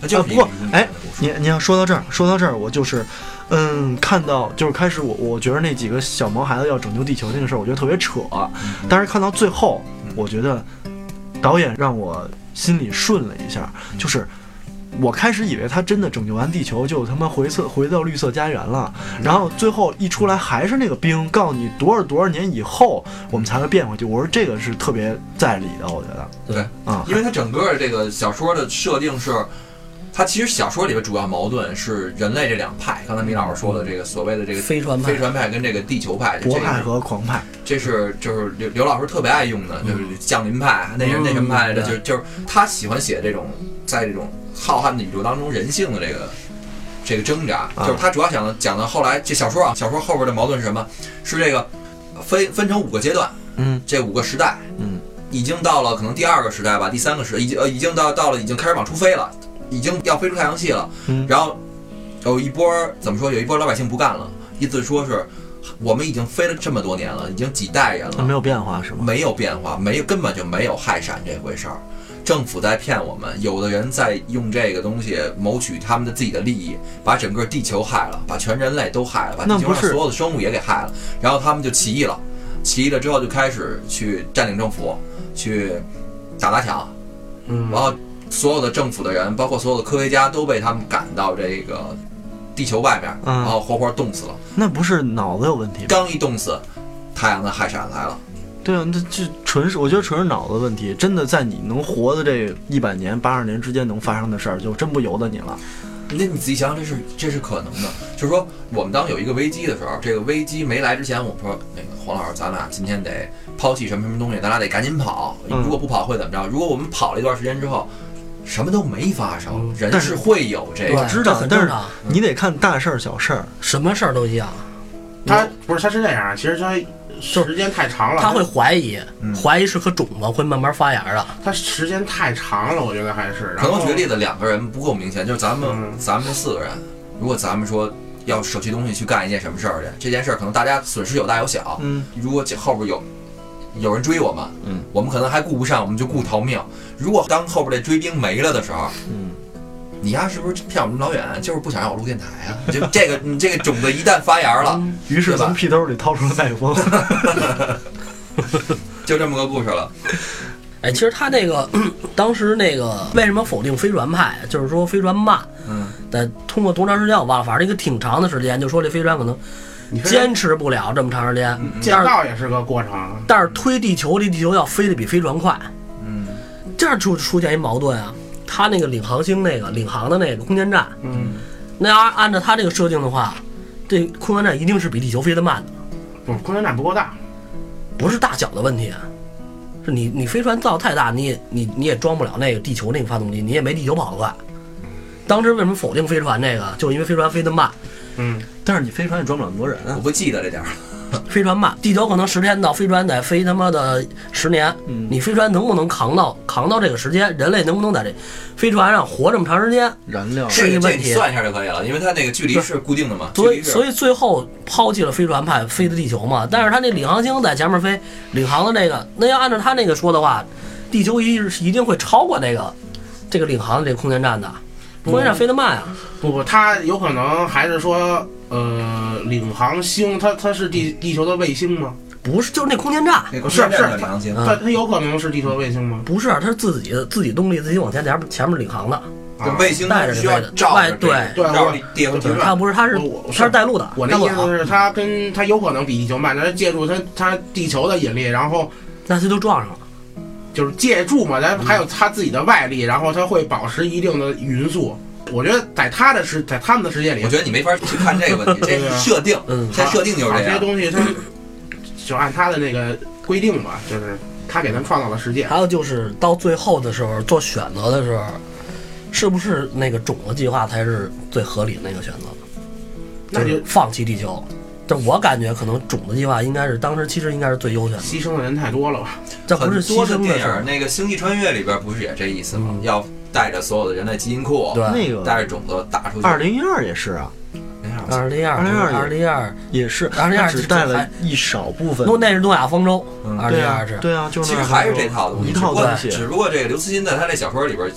S1: 它就
S2: 啊
S1: 是
S2: 不
S1: 一个
S2: 过
S1: 愚公移
S2: 哎
S1: 山的故事。
S2: 你你要说到这儿，说到这儿，我就是，嗯，看到就是开始我我觉得那几个小毛孩子要拯救地球那个事儿，我觉得特别扯，但是看到最后
S1: 嗯，
S2: 我觉得导演让我心里顺了一下，就是。我开始以为他真的拯救完地球就他妈回色回到绿色家园了，
S1: 嗯
S2: 然后最后一出来还是那个兵，告诉你多少多少年以后
S1: 嗯
S2: 我们才会变回去。我说这个是特别在理的，我觉得
S1: 对
S2: 啊，
S1: 因为它整个这个小说的设定是，它其实小说里边主要矛盾是人类这两派。刚才米老师说的这个所谓的这个
S6: 飞船派
S1: 飞船派跟这个地球派，这
S2: 博
S1: 个
S2: 派和狂派，
S1: 这是就是刘刘老师特别爱用的，就是降临派，啊那是那什么派来着？就
S6: 对
S1: 就是他喜欢写这种在这种浩瀚的宇宙当中人性的这个这个挣扎，
S2: 啊
S1: 就是他主要想讲到后来这小说啊，小说后边的矛盾是什么？是这个分分成五个阶段，
S2: 嗯，
S1: 这五个时代，
S2: 嗯，
S1: 已经到了可能第二个时代吧，第三个时代已经呃已经到到了已经开始往出飞了，已经要飞出太阳系了，
S2: 嗯
S1: 然后有一波怎么说？有一波老百姓不干了，意思说是我们已经飞了这么多年了，已经几代人了，
S2: 嗯没有变化是吗？
S1: 没有变化，没有根本就没有害闪这回事儿。政府在骗我们，有的人在用这个东西谋取他们的自己的利益，把整个地球害了，把全人类都害了，把
S2: 那
S1: 地球
S2: 不
S1: 上
S2: 是
S1: 所有的生物也给害了。然后他们就起义了，起义了之后就开始去占领政府，去打砸抢，
S3: 嗯
S1: 然后所有的政府的人，包括所有的科学家都被他们赶到这个地球外面，
S2: 嗯
S1: 然后活活冻死了。
S2: 那不是脑子有问题吗？
S1: 刚一冻死，太阳的害闪来了。
S2: 对啊，那这纯是我觉得纯是脑子问题，真的在你能活的这一百年、八十年之间能发生的事儿，就真不由得你了。
S1: 那你仔细想想，这是这是可能的。就是说，我们当有一个危机的时候，这个危机没来之前，我说那个黄老师，咱俩今天得抛弃什么什么东西，咱俩得赶紧跑。
S2: 嗯
S1: 如果不跑会怎么着？如果我们跑了一段时间之后，什么都没发生，人
S2: 但
S1: 是
S2: 是
S1: 会有这
S6: 对
S1: 个
S2: 我知道
S6: 这很
S2: 但
S6: 正
S2: 是
S6: 常，啊
S2: 你得看大事儿小事儿，
S6: 什么事儿都一样，嗯
S3: 他不是他是这样，啊其实他时间太长了，
S6: 他会怀疑，怀疑是颗种子会慢慢发芽的。
S3: 他时间太长了，我觉得还是。然
S1: 可能
S3: 后
S1: 我举个例子，两个人不够明显，就是咱们、
S3: 嗯
S1: 咱们四个人，如果咱们说要舍弃东西去干一件什么事儿去，这件事儿可能大家损失有大有小。
S2: 嗯，
S1: 如果后边有有人追我们，
S4: 嗯，
S1: 我们可能还顾不上，我们就顾逃命。如果当后边这追兵没了的时候，
S4: 嗯，
S1: 你丫是不是骗我们老远？就是不想让我录电台啊？ 你就这个你这个种子一旦发芽了，
S6: 嗯
S2: 于是
S1: 对吧
S2: 从屁兜里掏出了麦克风，
S1: 就这么个故事了。
S6: 哎，其实他那个当时那个为什么否定飞船派，就是说飞船慢，
S1: 嗯，
S6: 但通过多长时间我忘了，反正一个挺长的时间，就说这飞船可能
S3: 你说
S6: 坚持不了这么长时间，
S3: 建
S6: 但是
S3: 造也是个过程，
S6: 但是推地球，这地球要飞得比飞船快，
S1: 嗯，
S6: 这样就出现一矛盾啊。他那个领航星那个领航的那个空间站，
S3: 嗯，
S6: 那要按照他这个设定的话，这空间站一定是比地球飞得慢的，
S3: 不是空间站不够大，
S6: 不是大小的问题，啊是你你飞船造太大，你也你你也装不了那个地球那个发动机，你也没地球跑得快。当时为什么否定飞船这个，就是因为飞船飞得慢，
S3: 嗯，
S2: 但是你飞船也装不了那么多人
S1: 我
S2: 啊。
S1: 不记得这点儿。
S6: 飞船慢，地球可能十天到，飞船得飞他妈的十年。你飞船能不能扛到扛到这个时间？人类能不能在这飞船上活这么长时间？
S2: 燃料
S6: 是一
S1: 这
S6: 个
S1: 这
S6: 问
S1: 你
S6: 题
S1: 算一下就可以了，因为它那个距离是固定的嘛。
S6: 所以所
S1: 以
S6: 以最后抛弃了飞船派，飞的地球嘛。但是他那领航星在前面飞，领航的那个，那要按照他那个说的话，地球一是一定会超过那个这个领航的这个空间站的。空间站飞得慢啊，
S3: 不不，它有可能还是说，呃，领航星，它它是地地球的卫星吗？
S6: 不是就是那空间站，
S1: 那
S3: 是是
S1: 的良心，
S6: 嗯
S3: 它它有可能是地球的卫星吗？
S6: 不是它是自己自己动力自己往前前面前面领航的，
S1: 这
S3: 啊，
S1: 卫星它是需要照
S6: 带
S1: 着
S6: 着这个
S1: 这个
S3: 对
S1: 照着地球停
S6: 它
S1: 转。
S6: 不是它是
S3: 我我是
S6: 它是带路的，
S3: 我
S6: 带
S3: 那
S6: 路
S3: 意
S6: 啊
S3: 思是，它跟它有可能比地球慢，它借助它它地球的引力，然后
S6: 那它就撞上了。
S3: 就是借助嘛，咱还有它自己的外力，然后它会保持一定的匀速。我觉得在它的世，在他们的世界里
S1: 我，觉得你没法去看这个问题，这
S3: 对
S1: 是
S3: 啊
S1: 设定，
S6: 嗯
S1: 现在设定就是
S3: 啊
S1: 这
S3: 这些
S1: 样。
S3: 东西 它就按它的那个规定吧，就是它给咱创造的世界。
S6: 还有就是到最后的时候做选择的时候，是不是那个种子计划才是最合理的那个选择？
S3: 那就
S6: 就是放弃地球。但我感觉可能种子计划应该是当时其实应该是最优选的，
S3: 牺牲的人太多了吧？
S6: 这
S1: 很
S6: 不是牺
S1: 多的
S6: 牲
S1: 电
S6: 事儿嗯
S1: 影，。那个《星际穿越》里边不是也这意思吗？要带着所有的人类基因库，
S6: 对，
S2: 那个
S1: 带着种子打出去。
S2: 二零一二也是啊，
S1: 那样子
S6: 二零二二零二，
S2: 也是，
S6: 然后那样
S2: 它只带了
S6: 还
S2: 一少部分。
S6: 诺那是诺亚方舟，
S1: 嗯
S6: 二
S2: 对
S6: 零二
S2: 啊
S6: 是，。
S2: 对啊，就是
S1: 其实还是这套东西，
S2: 一
S1: 只
S2: 套
S1: 不过
S2: 东西。
S1: 只不过这个刘慈欣在他这小说里边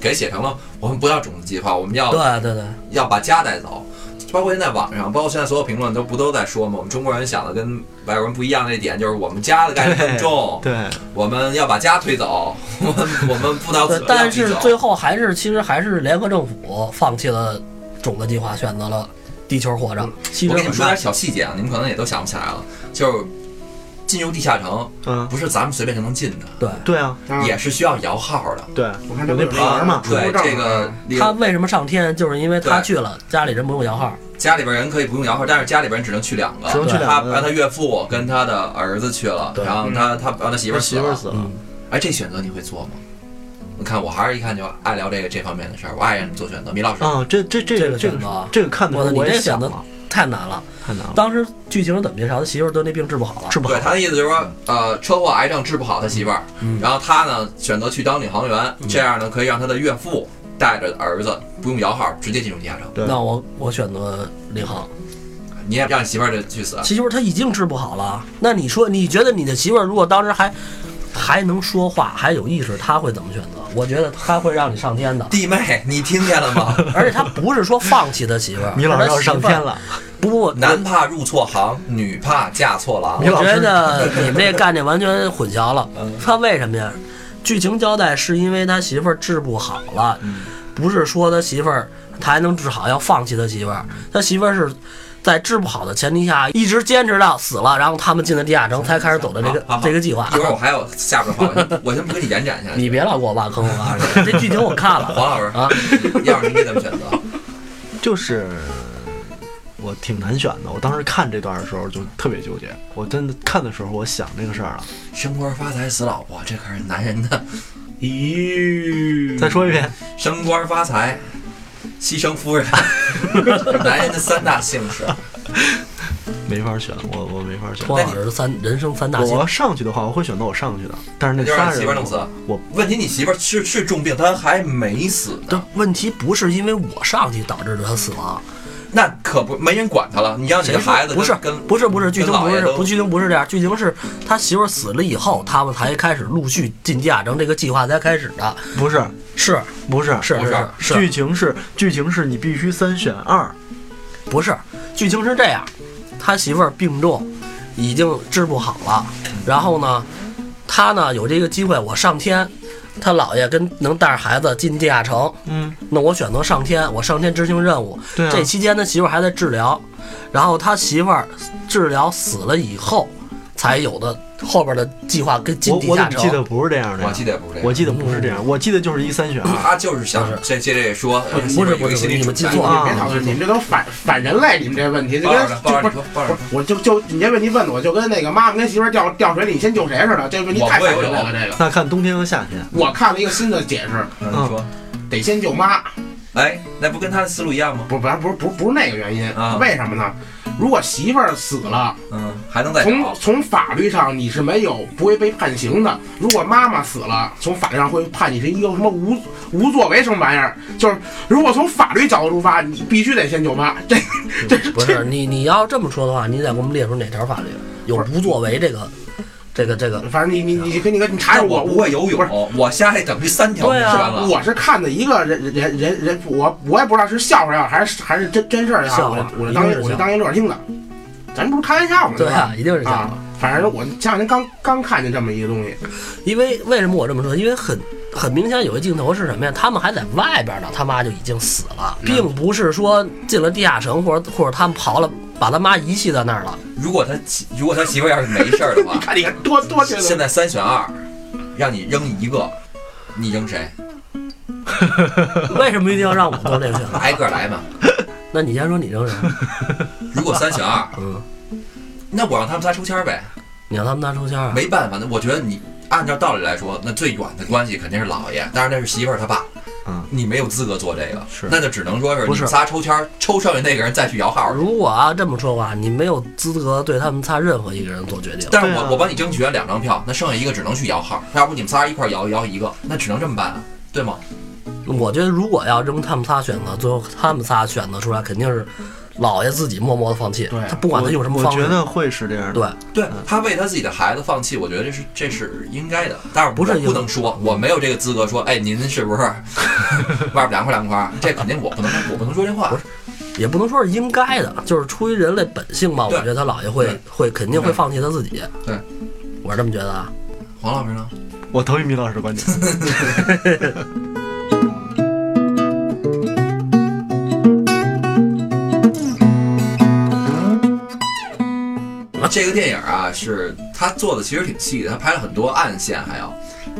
S1: 给写成了，我们不要种子计划，我们要
S6: 对对对，
S1: 要把家带走。包括现在网上，包括现在所有评论都不都在说嘛，我们中国人想的跟外国人不一样的一点就是我们家的概念更重，
S2: 对，
S1: 我们要把家推走，我们我们不能
S6: 对但是最后还是其实还是联合政府放弃了种子计划，选择了地球活着。
S1: 嗯我跟
S6: 牺牲
S1: 你们
S6: 很
S1: 说
S6: 大
S1: 点，小细节啊，你们可能也都想不起来了，就是进入地下城
S2: 嗯，
S1: 不是咱们随便就能进的，
S6: 对，
S2: 对啊，
S3: 啊
S1: 也是需要摇号的。
S2: 对，
S3: 我看
S2: 有
S3: 这
S2: 那
S3: 不是
S2: 牌儿嘛
S3: 啊，
S1: 对
S3: 出入
S1: 这
S3: 证
S1: 个
S3: 啊，
S6: 他为什么上天，就是因为他
S1: 对
S6: 去了，家里人不用摇号。
S1: 家里边人可以不用摇号，但是家里边人只能去两个，
S2: 只能去两个
S1: 他让他岳父跟他的儿子去了，
S6: 对
S1: 然后
S3: 嗯
S1: 他他让他媳妇儿死
S2: 媳妇儿
S1: 了。
S2: 死了
S6: 嗯，，
S1: 哎，这选择你会做吗？你看，我还是一看就爱聊这个这方面的事儿，我爱让你做选择。米老师，
S2: 啊，这这这
S6: 这
S2: 个
S6: 个
S2: 这
S6: 选择
S2: 个
S6: 啊
S2: 这个看的时
S6: 我
S2: 候
S6: 的你
S2: 我
S6: 这
S2: 也
S6: 个选
S2: 想
S6: 择
S2: 了，
S6: 太难了。
S2: 太难了，
S6: 当时剧情是怎么介绍？他媳妇儿得那病治不好了，
S2: 治不好
S1: 对，他的意思就是说，呃，车祸、癌症治不好他媳妇儿，然后他呢选择去当领航员，这样呢可以让他的岳父带着儿子不用摇号，直接进入地下城。
S2: 对
S6: 那我我选择领航。
S1: 你也让你媳妇儿去死，，
S6: 媳妇儿她已经治不好了，那你说你觉得你的媳妇儿如果当时还还能说话，还有意识，她会怎么选择？我觉得她会让你上天的
S1: 弟妹，你听见了 吗？
S6: 而且她不是说放弃她媳妇儿，
S2: 米老师要
S6: 是她媳
S2: 上
S6: 妇儿
S2: 天。了，
S6: 不不，不
S1: 男怕入错行，女怕嫁错郎
S2: 米。
S6: 我
S2: 老师
S6: 觉得你们这概念完全混淆了。他为什么呀？剧情交代是因为他媳妇儿治不好了，不是说他媳妇儿他还能治好，要放弃他媳妇儿。他媳妇儿是在治不好的前提下，一直坚持到死了，然后他们进了地下城，才开始走的这个
S1: 好好好
S6: 这个计划
S1: 一。会儿我还有下边的话，我先不跟你延展下去。
S6: 啊你别老给我挖坑，我告诉你，这剧情我看了
S1: 黄老师
S6: 啊，
S1: 要是你怎么选择？
S2: 就是我挺难选的。我当时看这段的时候就特别纠结，我真的看的时候我想这个事儿了。
S1: 升官发财死老婆，这可是男人的。
S3: 咦，
S2: 再说一遍，
S1: 升官发财，牺牲夫人， 男人的三大幸事。
S2: 没法选，我我没法选。
S6: 托老师三人生嗯三大
S2: 我
S6: 幸，
S2: 要上去的话，我会选择我上去的。但是那
S1: 就让
S2: 仨
S1: 你媳妇儿
S2: 人
S1: 弄死，
S2: 我
S1: 问题你媳妇儿是是重病，她还没死呢，
S6: 但问题不是因为我上去导致的他死亡，
S1: 那可不没人管她了。你让你
S6: 谁
S1: 的
S6: 说
S1: 孩子
S6: 不是
S1: 跟
S6: 不是不是剧情不是不
S1: 去
S6: 剧情不是这样，剧情是他媳妇儿死了以后，他们才开始陆续进嫁妆这个计划才开始的，
S2: 不是
S6: 是
S2: 不是
S6: 是
S1: 不是
S6: 是
S2: 剧
S6: 是，
S2: 情是剧情是你必须三选二，
S6: 不是剧情是这样，他媳妇儿病重，已经治不好了，然后呢，他呢有这个机会，我上天，他姥爷跟能带着孩子进地下城，
S2: 嗯，
S6: 那我选择上天，我上天执行任务。
S2: 对啊
S6: 这期间他媳妇儿还在治疗，然后他媳妇儿治疗死了以后，才有的后边的计划跟进
S2: 我
S6: 地
S2: 我怎
S6: 下
S2: 么记得
S6: 城。
S2: 不是这样的呀？
S1: 我记得也不是这样，
S2: 我记得不是这样，我记得就是一三选二。
S1: 他就是想这这这说，让媳妇儿有一个心理
S6: 不是不是你们记
S1: 准备
S6: 错
S2: 了
S3: 别讨论，你们这都反反人类，你们这问题就
S1: 包
S3: 跟
S1: 老师，包
S3: 就
S1: 老
S3: 不
S1: 师
S3: 是
S1: 说，包老师
S3: 不是，我就就你这问题问的，我就跟那个妈妈跟媳妇儿掉掉水里，你先救谁似的，这问题
S1: 我
S3: 太
S1: 不
S3: 反
S1: 会
S3: 人类
S1: 游
S3: 了。
S1: 泳
S3: 这个，
S2: 那看冬天和夏天，
S3: 我看了一个新的解释，
S1: 嗯你说，
S3: 得先救妈，
S1: 哎，那不跟他的思路一样吗？
S3: 不不不是不是不是那个原因
S1: 啊
S3: 为什么呢？如果媳妇儿死了，
S1: 嗯，还能再
S3: 从
S1: 找，
S3: 从法律上你是没有不会被判刑的。如果妈妈死了，从法律上会判你是一个什么无无作为什么玩意儿？就是如果从法律角度出发，你必须得先救妈。这这
S6: 不是你你要这么说的话，你得给我们列出哪条法律有不作为这个这个这个
S3: 这，反正你你你你你你查
S1: 但
S3: 查哎我
S1: 我不会游
S3: 不是
S1: 泳，我下去等于三条
S6: 对
S1: 命
S6: 啊
S1: 悬了。
S3: 我是看的一个人人人人，我我也不知道是笑话呀，还是还是真真事儿呀。
S6: 笑
S3: 我
S6: 话
S3: 我就当
S6: 一定是
S3: 我
S6: 笑
S3: 就
S6: 话
S3: 当一乐儿听的，咱不是开玩笑吗？
S6: 对
S3: 吧
S6: 啊，？一定是这样
S3: 啊。，反正我前两天刚刚看见这么一个东西，，
S6: 因为为什么我这么说？因为很很明显有一镜头是什么呀？他们还在外边呢，他妈就已经死
S2: 嗯
S6: 了，并不是说进了地下城或者或者他们刨了，把他妈遗弃在那儿了。
S1: 如果他媳如果他媳妇儿要是没事儿的话
S3: 看你看多多这
S1: 现在三选二，让你扔一个，你扔谁？
S6: 为什么一定要让我做这个选择？
S1: 挨个来嘛。
S6: 那你先说你扔人，
S1: 如果三选 二，
S6: 嗯，
S1: 那我让他们仨抽签儿呗，
S6: 你让他们拿抽签啊？
S1: 没办法，那我觉得你按照道理来说，那最远的关系肯定是姥爷，当然那是媳妇儿他爸。
S2: 嗯，
S1: 你没有资格做这个，
S2: 是
S1: 那就只能说是
S6: 不
S1: 你
S6: 是
S1: 们仨抽签儿，抽剩下那个人再去摇号。
S6: 如果啊这么说的话，你没有资格对他们仨任何一个人做决定。
S1: 但是我、
S2: 对啊
S1: 我帮你争取了两张票，那剩下一个只能去摇号，要不你们仨一块儿摇摇一个，那只能这么办啊，对吗？
S6: 我觉得如果要扔他们仨选择，最后他们仨选择出来肯定是老爷自己默默的放弃
S3: 对，
S6: 他不管他用什么
S2: 我
S6: 方
S2: 我觉
S6: 式，
S2: 得会是这样的。
S6: 对。
S1: 对他为他自己的孩子放弃，我觉得这是这是应该的，但是
S6: 不是
S1: 我
S6: 应
S1: 不能说，我没有这个资格说，哎，您是不是 外边凉快凉快？这肯定我不能，我不能说这话。
S6: 也不能说是应该的，就是出于人类本性吧。我
S1: 对
S6: 觉得他姥爷会
S1: 对
S6: 会肯定会放弃他自己。
S1: 对，
S6: 我是这么觉得啊。
S1: 黄老师呢？
S2: 我同意米老师的观点。
S1: 这个电影啊，是他做的其实挺细的，他拍了很多暗线，还有，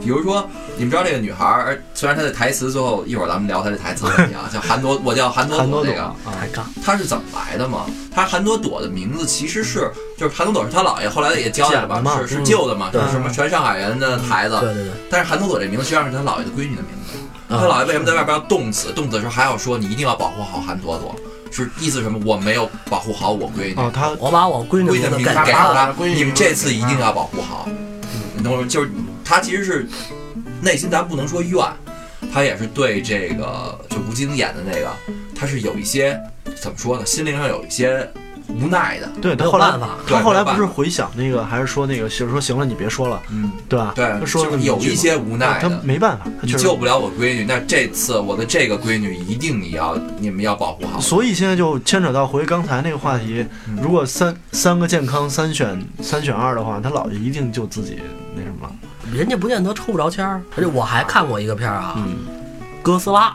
S1: 比如说，你们知道这个女孩儿，虽然她的台词最后一会儿咱们聊她的台词怎么样，叫韩朵，我叫韩朵
S2: 韩多
S1: 朵
S2: 朵
S1: 这个，
S6: 抬杠，
S1: 她是怎么来的嘛？她韩朵朵的名字其实是，就是韩朵朵是她姥爷后来也交代了
S2: 捡的
S1: 吧，
S2: 嘛
S1: 是是
S6: 嗯
S1: 旧的嘛，就
S6: 对
S1: 是什么全上海人的孩子，
S6: 对对对，
S1: 但是韩朵朵这名字实际上是她姥爷的闺女的名字。
S6: 啊
S1: 她姥爷为什么在外边要冻死？冻死的时候还要说你一定要保护好韩朵朵，是意思是什么？我没有保护好我闺女。
S2: 哦，他
S6: 我把我闺女
S1: 闺
S6: 的
S1: 女
S6: 名字
S1: 名
S6: 改
S1: 字
S6: 了
S1: 给
S3: 她
S1: 他，嗯
S3: 闺女
S1: 你们这次一定要保护好。你懂我说，就是他其实是内心，咱不能说怨，他也是对这个就吴京演的那个，他是有一些怎么说呢，心灵上有一些无奈的。
S2: 对
S6: 没
S2: 他
S6: 有
S2: 后来
S6: 办法
S1: 对
S2: 他后来不
S1: 没
S2: 是
S1: 有办法
S2: 回想那个，还是说那个媳妇说行了，你别说了，
S1: 嗯，
S2: 对吧？
S1: 对
S2: 他，说
S1: 就
S2: 了
S1: 是有
S2: 一句
S1: 一
S2: 嘛
S1: 些无奈
S2: 他
S1: 的。
S2: 没办法，他
S1: 你
S2: 确
S1: 救
S2: 实。
S1: 不了我闺女，那这次我的这个闺女一定你要你们要保护好。
S2: 所以现在就牵扯到回刚才那个话题，如果三三个健康三选三选二的话，他姥爷一定就自己那什么了。
S6: 人家不见得抽不着签儿。而且我还看过一个片儿啊，
S2: 嗯
S6: 哥斯拉》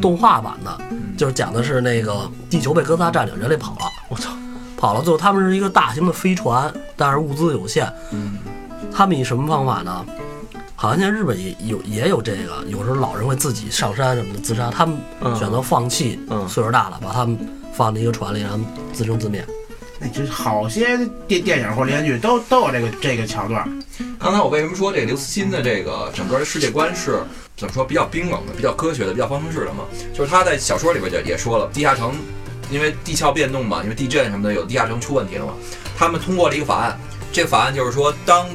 S6: 动画版的，就是讲的是那个地球被哥斯拉占领，人类跑了，
S2: 我操，
S6: 跑了最后他们是一
S2: 嗯
S6: 个大型的飞船，但是物资有限，他们以什么方法呢？好像现在日本也有也有这个，有时候老人会自己上山什么的自杀，他们
S2: 嗯
S6: 选择放弃，
S2: 嗯
S6: 岁数大了，把他们放在一个船里，让他们自生自灭。
S3: 那这好些电电影或连续剧都都有这个这个桥段。
S1: 刚才我为什么说这个刘慈欣的这个整个的世界观是怎么说比较冰冷的、比较科学的、比较方程式的嘛？就是他在小说里边就也说了，地下城因为地壳变动嘛，因为地震什么的，有地下城出问题了嘛。他们通过了一个法案，这个法案就是说，当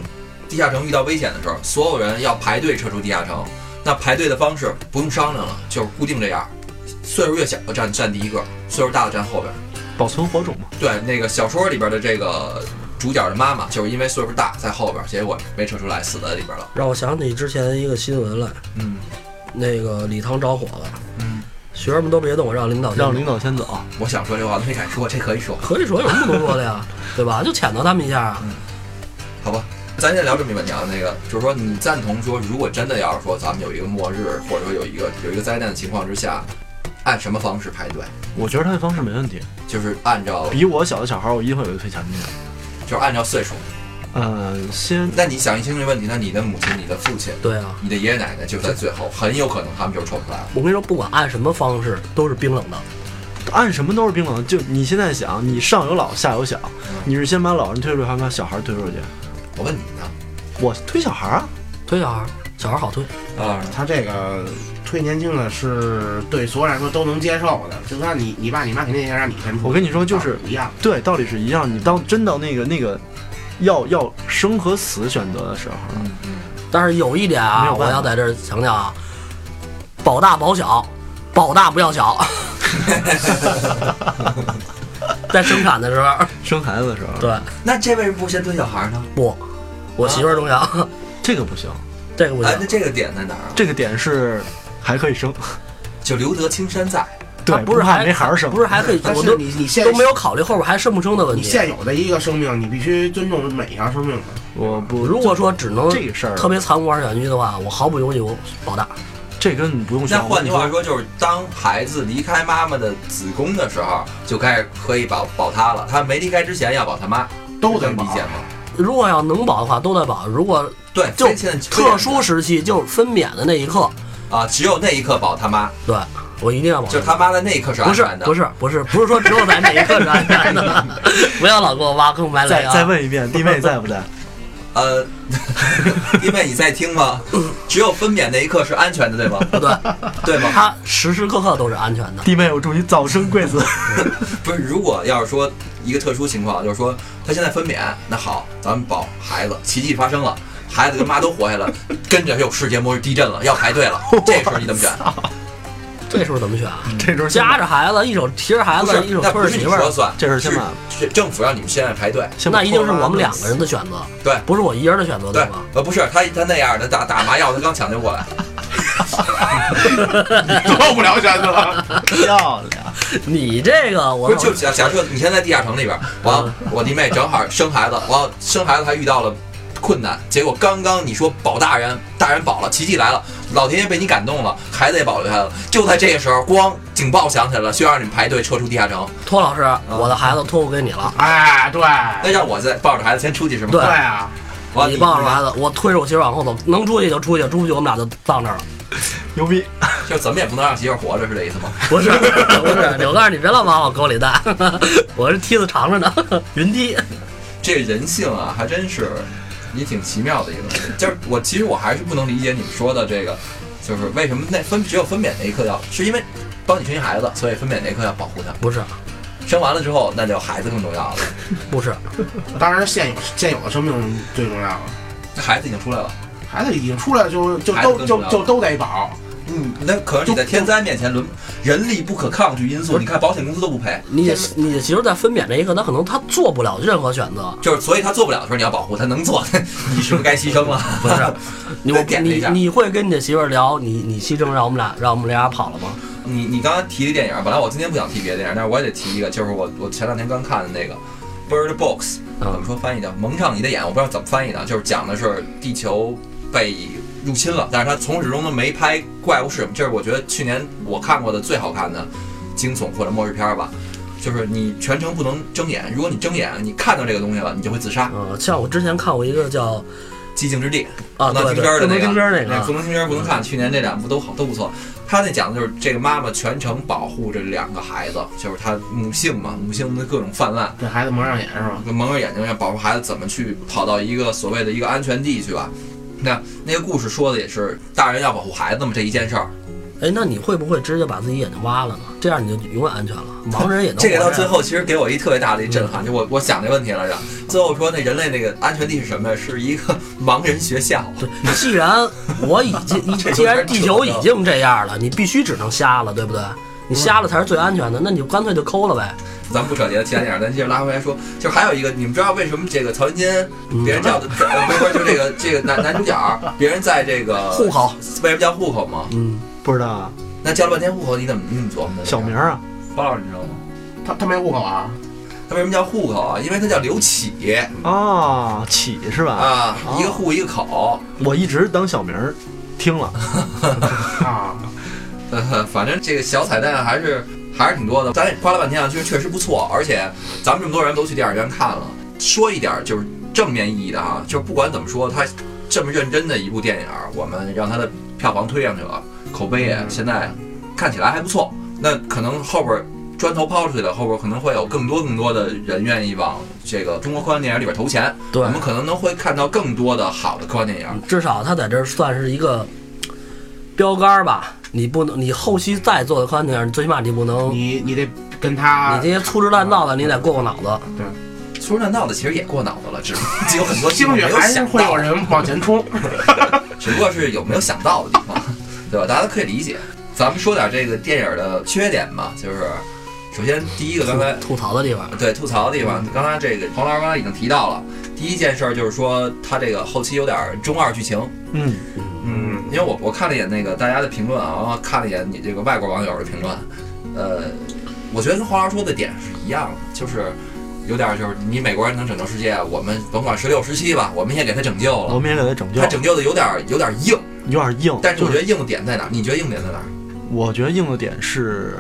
S1: 地下城遇到危险的时候，所有人要排队撤出地下城。那排队的方式不用商量了，就是固定这样，岁数越小的站站第一个，岁数大的站后边。
S2: 保存火种嘛。
S1: 对，那个小说里边的这个主角的妈妈，就是因为岁数大在后边，结果没撤出来，死在里边了。
S6: 让我想起之前一个新闻来，
S1: 嗯，
S6: 那个礼堂着火了，
S1: 嗯，
S6: 学生们都别动，让领导先
S2: 让
S6: 走
S2: 领导先走，
S1: 我想说这话没敢说，这可以说，
S6: 可以说有什么不能说的 呀，对吧？就谴责他们一下啊。
S2: 嗯
S1: 好吧？咱先聊这么一问题啊，那个就是说，你赞同说，如果真的要是说咱们有一个末日，或者说有一个有一个灾难的情况之下，按什么方式排队？
S2: 我觉得他的方式没问题。
S1: 就是按照
S2: 比我小的小孩，我一定会有一最强劲的。
S1: 就是按照岁数。
S2: 呃，先
S1: 那你想一清这问题，那你的母亲、你的父亲、
S6: 对啊，
S1: 你的爷爷奶奶就在最后，很有可能他们就抽出来了。
S6: 我跟你说，不管按什么方式都是冰冷的。
S2: 按什么都是冰冷的。就你现在想，你上有老下有小，
S6: 嗯
S2: 你是先把老人推出去，还是把小孩推出去？
S1: 我问你呢？
S2: 我推小孩啊，
S6: 推小孩儿，小孩儿好推。
S1: 啊，
S3: 他这个推年轻的是对所有人来说都能接受的，就算你你爸你妈肯定也想让你先出。
S2: 我跟你说就是
S3: 一样，
S2: 对，道理是一样。你当真到那个那个要要生和死选择的时候了，
S1: 嗯嗯，
S6: 但是有一点
S2: 没
S6: 啊，
S2: 有办法
S6: 我要在这儿强调啊，保大保小，保大不 要小。在生产的时候，
S2: 生孩子的时候，
S6: 对，
S1: 那这为什么不先推小孩呢？
S6: 不，我媳妇儿重要，
S2: 这个不行，
S6: 这个不
S1: 哎，那
S6: 行。
S1: 这个点在哪儿啊？
S2: 这个点是还可以生，
S1: 就留得青山在。
S2: 对，
S6: 啊不是
S2: 怕
S6: 还
S2: 没孩儿生，
S6: 不是还可以，
S3: 但
S6: 我
S3: 是
S6: 都
S3: 你你现
S6: 都没有考虑后边还生不生的问
S3: 你
S6: 题。
S3: 现有的一个生命，你必须尊重每一条生命的。
S2: 我不，
S6: 如果说只能
S2: 这个事儿，
S6: 特别残酷二选一的话，我毫不犹豫我保大。
S2: 这跟你不用
S1: 那
S2: 想。
S1: 换句话，说，就是当孩子离开妈妈的子宫的时候，就该可以保保他了。他没离开之前要保他妈，
S3: 都得
S1: 能
S3: 保
S1: 理解吗？
S6: 如果要能保的话，都在保；如果
S1: 对，
S6: 就
S1: 非现在非
S6: 特殊时期，就是分娩的那一刻，
S1: 啊，只有那一刻保他妈，
S6: 对我一定要保。
S1: 就是他妈的那一刻是
S6: 不
S1: 安
S6: 是
S1: 全的。
S6: 不
S1: 是，
S6: 是不是不是说只有咱这一个人干的， 不要老给我挖坑埋雷
S2: 再
S6: 啊！
S2: 再问一遍，弟妹在不在？
S1: 呃， 因为你在听吗？只有分娩那一刻是安全的，对吗？
S6: 对，
S1: 对吗？
S6: 他时时刻刻都是安全的。
S2: 弟妹，我祝你早生贵子。
S1: 不是，如果要是说一个特殊情况，就是说他现在分娩，那好，咱们保孩子，奇迹发生了，孩子跟妈都活下 来了，跟着又世界末日地震了，要排队了，这时候你怎么 选？
S6: 这时候怎么选啊？
S2: 这时候先
S6: 夹
S2: 把
S6: 着孩子，一手提着孩
S1: 不
S6: 子
S1: 是，，
S6: 一手
S1: 那
S6: 推
S1: 不
S6: 着
S1: 是你
S6: 媳妇
S1: 说
S6: 儿，
S1: 算，
S2: 这是先把
S1: 是政府让你们现在排队，
S2: 先把
S6: 那一定是我们两
S2: 拖
S6: 个人的 选择，
S1: 对
S6: 不是我一人的选择，
S1: 对
S6: 吧？，
S1: 呃，不是他他那样的打打麻药，他刚抢救过来，
S3: 做不了选择。
S2: 漂亮，
S6: 你这个我嗯
S1: 不是就假假设你现在地下城里边，完我弟妹正好生孩子，完生孩子还遇到了。困难，结果刚刚你说保大人，大人保了，奇迹来了，老天爷被你感动了，孩子也保留下来了。就在这个时候，咣，警报响起来了，需要让你们排队撤出地下城。
S6: 托老师，我的孩子托付给你了，
S3: 哎，对，
S1: 那让我再抱着孩子先出去是吗？
S6: 对
S3: 对啊，
S1: 完
S6: 你抱着孩子，我推着我媳妇儿往后走，能出去就出去，出不去我们俩就到那儿了。
S2: 牛逼！
S1: 就怎么也不能让媳妇儿活着，是这意思吗？
S6: 不是 不是，我告诉你，别老往我沟里带， 我这梯子长着呢，云梯。
S1: 这人性啊，还真是也挺奇妙的一个东西。就是我其实我还是不能理解你们说的这个，就是为什么那分只有分娩那一刻要，是因为帮你生一孩子，所以分娩那一刻要保护他。
S6: 不是
S1: 生完了之后，那就孩子更重要了。
S6: 不是，
S3: 当然现有现有的生命最重要了。
S1: 这孩子已经出来了，
S3: 孩子已经出来就就
S1: 孩子
S3: 都
S1: 更
S3: 就
S1: 重要
S3: 就都得保，
S1: 嗯，那可是你在天灾面前轮人力不可抗拒因素，你看保险公司都不赔。
S6: 你你的媳妇在分娩那一刻，她可能她做不了任何选择，
S1: 就是，所以他做不了的时候，你要保护他；能做， 你是不是该牺牲了？
S6: 不 是？你我
S1: 再点一
S6: 你
S1: 下
S6: 你会跟你的媳妇儿聊你你牺牲让我们俩让我们俩跑了吗？
S1: 你你刚刚提这电影，本来我今天不想提别的电影，但是我也得提一个，就是我我前两天刚看的那个《Bird Box》，
S6: 嗯
S1: 怎么说翻译的？蒙上你的眼，我不知道怎么翻译的，啊就是讲的是地球被入侵了，但是他从始至终都没拍怪物事，这是我觉得去年我看过的最好看的惊悚或者末日片儿吧。就是你全程不
S6: 呃
S1: 能睁眼，如果你睁眼，你看到这个东西了，你就会自杀。
S6: 嗯，像我之前看过一个叫
S1: 寂静之地
S6: 啊，
S1: 不能
S6: 对
S1: 听
S6: 对
S1: 歌儿，的
S6: 不
S1: 那
S6: 能
S1: 个
S6: 听歌儿那
S1: 对，不
S6: 个，
S1: 能听歌不能看。去年这两部都好，都不错。他那讲的就是这个妈妈全程保护这两个孩子，就是她母性嘛，母性的各种泛滥，
S3: 这孩子蒙上眼是吧？
S1: 蒙着眼睛要保护孩子怎么去跑到一个所谓的一个安全地去吧。那那个故事说的也是大人要保护孩子嘛这一件事儿，
S6: 哎，那你会不会直接把自己眼睛挖了呢？这样你就永远安全了，盲人也能
S1: 这个
S6: 活
S1: 到
S6: 着
S1: 最后其实给我一特别大的一震撼，就我我想这问题来着。最后说那人类那个安全地是什么呀？是一个 盲人学校。
S6: 对， 既然我已 经，
S1: 这
S6: 既
S1: 有
S6: 然
S1: 点
S6: 地
S1: 扯
S6: 球
S1: 了
S6: 已经这样了，你必须只能瞎了，对不对？你瞎了才是最安全的，那你就干脆就抠了呗。
S1: 咱不扯别的其他电影，咱接着拉回来说，就是还有一个，你们知道为什么这个曹云金别人叫的，呃不是不是，就这个这个男男主角，别人在这个
S6: 户口，
S1: 为什么叫户口吗？
S6: 嗯，
S2: 不知道啊，
S1: 那叫了半天户口，你怎么你怎么琢磨的？
S2: 小名，儿啊，
S1: 包老师你知道吗？
S3: 他他没户口啊？
S1: 他为什么叫户口啊？因为他叫刘启
S2: 啊，起是吧？
S1: 啊，一个户一个口，
S2: 我一直当小名儿听了，
S3: 啊，
S1: 呃， 反正这个小彩蛋还是还是挺多的，咱也夸了半天啊，就是确实不错，而且咱们这么多人都去电影院看了。说一点儿就是正面意义的哈，就是不管怎么说，它这么认真的一部电影儿，我们让它的票房推上去了，口碑也
S3: 嗯
S1: 现在看起来还不错。那可能后边儿砖头抛出去了，后边儿可能会有更多更多的人愿意往这个中国科幻电影里边投钱，
S6: 对
S1: 我，们可能能会看到更多的好的科幻电
S3: 嗯
S1: 影儿。
S6: 至少他在这儿算是一个标杆儿吧。你不能，你后期再做的科幻电影，最起码你不能，你
S3: 你你得跟他
S6: 这些粗制滥造哦的，你得过过脑子。
S1: 说说那闹的其实也过脑子了，只不过 有很多地
S3: 兴
S1: 方没
S3: 许
S1: 有
S3: 还是
S1: 想
S3: 会
S1: 到
S3: 有，人往前冲。
S1: 只不过是有没有想到的地 方，对吧？大家都可以理解。咱们说点这个电影的缺点吧，就是首先第一个，刚才
S6: 吐槽的地方，
S1: 对吐槽的地
S2: 嗯
S1: 方，刚才这个黄老师刚才已经提到了。第一件事儿就是说，他这个后期有点中二剧情。
S2: 嗯，
S1: 嗯，因为我我看了一眼那个大家的评论啊，然后看了一眼你这个外国网友的评论，呃，我觉得跟黄老师说的点是一样的，就是有点就是你美国人能拯救世界，我们甭管十六十七吧，我们也给他拯救
S2: 我
S1: 了。
S2: 们也给他拯救
S1: 他，拯救的有点有点硬，
S2: 有点硬。
S1: 但是我
S2: 就
S1: 觉得硬的点在哪儿？你觉得硬点在哪儿？
S2: 我觉得硬的点是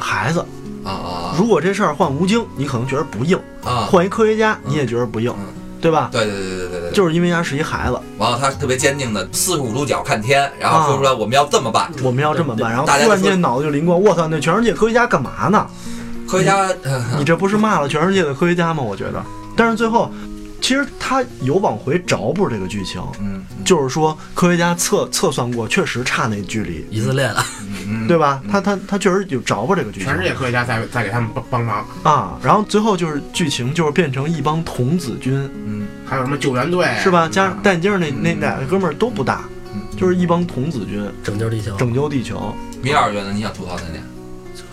S2: 孩子。
S1: 啊
S2: 如果这事儿换吴京，你可能觉得不硬；
S1: 啊啊！
S2: 换一科学家，
S1: 嗯
S2: 你也觉得不硬
S1: 嗯，
S2: 对吧？
S1: 对对对对对对对。
S2: 就是因为他是一孩子，
S1: 完了，他特别坚定的四十五度角看天，然后说
S2: 啊
S1: 出来我们要这么办。
S2: 我们要这么办，然后
S1: 大家
S2: 突
S1: 都
S2: 然
S1: 说
S2: 间脑子就灵光，我操，那全世界科学家干 嘛呢？
S1: 科学家，呃
S2: 你这不是骂了全世界的科学家吗？我觉得，但是最后，其实他有往回找补这个剧情，
S1: 嗯
S2: 就是说科学家测测算过，确实差那距离，
S6: 以色列的，
S1: 嗯，
S2: 对吧？他他他确实有找补这个剧情
S3: 全世界科学家在在给他们帮帮忙，
S2: 啊。然后最后就是剧情就是变成一帮童子军，
S1: 嗯
S3: 还有什么救援队
S2: 是吧？加上戴眼镜那那
S1: 嗯
S2: 俩哥们儿都不大，
S1: 嗯，
S2: 就是一帮童子军
S6: 拯救地球。
S2: 拯救地球。
S1: 米老师觉得你想吐槽哪点？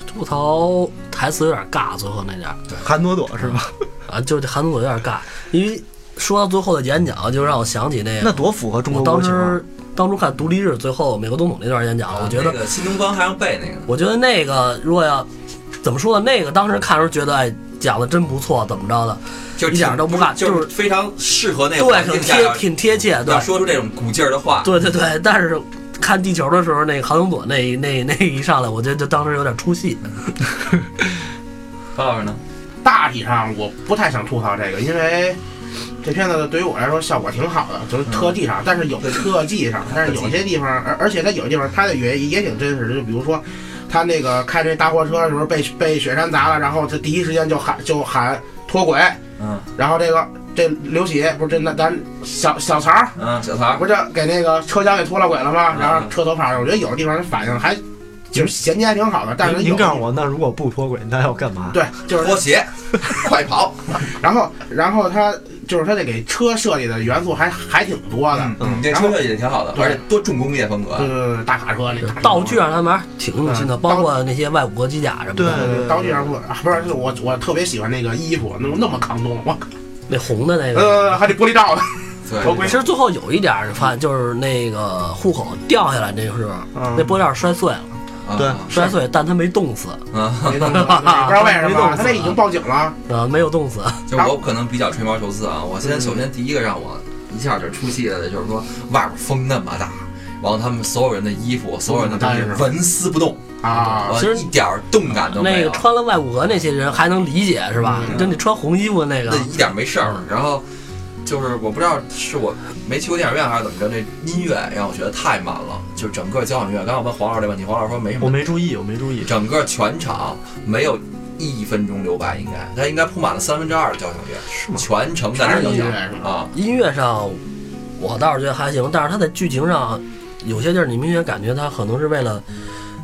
S6: 吐槽台词有点尬，最后那点儿
S2: 韩朵朵是吧？
S6: 啊，就是韩总有点尬，因为说到最后的演讲，就让我想起那个
S2: 那多符合中
S6: 哎我
S2: 国
S6: 当
S2: 国情啊！
S6: 时当初看《独立日》最后美国总统那段演讲，我觉得
S1: 啊那，个新东方还要背那个呢。
S6: 我觉得那个如果要怎么说呢？那个当时看的时候觉得，哎，讲的真不错，怎么着的？
S1: 就
S6: 一点儿都不尬
S1: 就
S6: 就是是
S1: 非常适合那个
S6: 对，
S1: 环
S6: 挺
S1: 境下
S6: 贴
S1: 要
S6: 挺贴切，对
S1: 要，说出这种鼓劲儿的话。
S6: 对对对。但是看地球的时候，那个韩总佐那那那一上来，我觉得就当时有点出戏。
S1: 高老师呢？
S3: 大体上我不太想吐槽这个，因为这片子对于我来说效果挺好的，就是特技
S2: 嗯
S3: 上，但是有
S1: 对
S3: 特技上，但是有些地方，而而且在有些地方拍的也也挺真实的，就比如说。他那个开这大货车的时候被被雪山砸了，然后他第一时间就喊就喊脱轨，
S1: 嗯
S3: 然后这个这刘喜不是这咱咱小小曹儿
S1: 嗯，小曹
S3: 不是给那个车厢给脱了轨了吗？
S1: 嗯
S3: 然后车头牌，我觉得有的地方反应还就是衔接还挺好的，但是
S2: 您
S3: 有
S2: 您
S3: 的
S2: 告诉我，那如果不脱轨，那要干嘛？
S3: 对，就是
S1: 拖 鞋，快跑！
S3: 然后，然后他就是他这给车设计的元素还还挺多的，
S1: 嗯，这车设计的挺好的，
S3: 对
S1: 而且多重工业风
S3: 对
S1: 格。啊
S3: 对对，大卡车那大卡车
S6: 道具啊上他们还是挺用心的，包括那些外骨骼机甲什么
S2: 对
S6: 的，
S2: 对对
S3: 对，道具上不啊不是是我我特别喜欢那个衣服，那么那么抗冻，我靠
S6: 那红的那个。
S3: 呃还得玻璃罩子，
S1: 对，
S3: 头盔
S6: 其实最后有一点儿，发现就是那个户口掉下来那时候，那玻璃罩摔碎了，
S1: 啊
S2: 对
S6: 摔碎，但他没冻死，
S1: 啊，
S3: 没 动过不知道为什
S6: 没
S3: 么啊
S6: 动
S3: 他那已经报警了，
S6: 呃，没有冻死。
S1: 就是我可能比较吹毛求疵啊。我现在首先第一个让我一下就出戏的，就是说外边风那么大，然后他们所有人的衣服，所有人的东西
S3: 当然是
S1: 纹丝不动
S3: 啊
S1: 我
S6: 其实
S1: 一点儿动感都没
S6: 那个
S1: 有。
S6: 穿了嗯外骨骼那些人还能理解是吧？就你穿红衣服的那个
S1: 那，一点没事儿。然后就是我不知道是我没去过电影院还是怎么着，那音乐让我觉得太满了，就整个交响乐。刚才我问黄老师这问题，黄老师说没什么
S2: 我没注意，我没注意。
S1: 整个全场没有一分钟留白，应该它应该铺满了三分之二的交响乐，
S2: 是吗？
S1: 全程在那儿交响
S3: 全是音乐是
S1: 啊，
S6: 音乐上，我倒是觉得还行，但是他在剧情上有些地儿，你明显感觉他可能是为了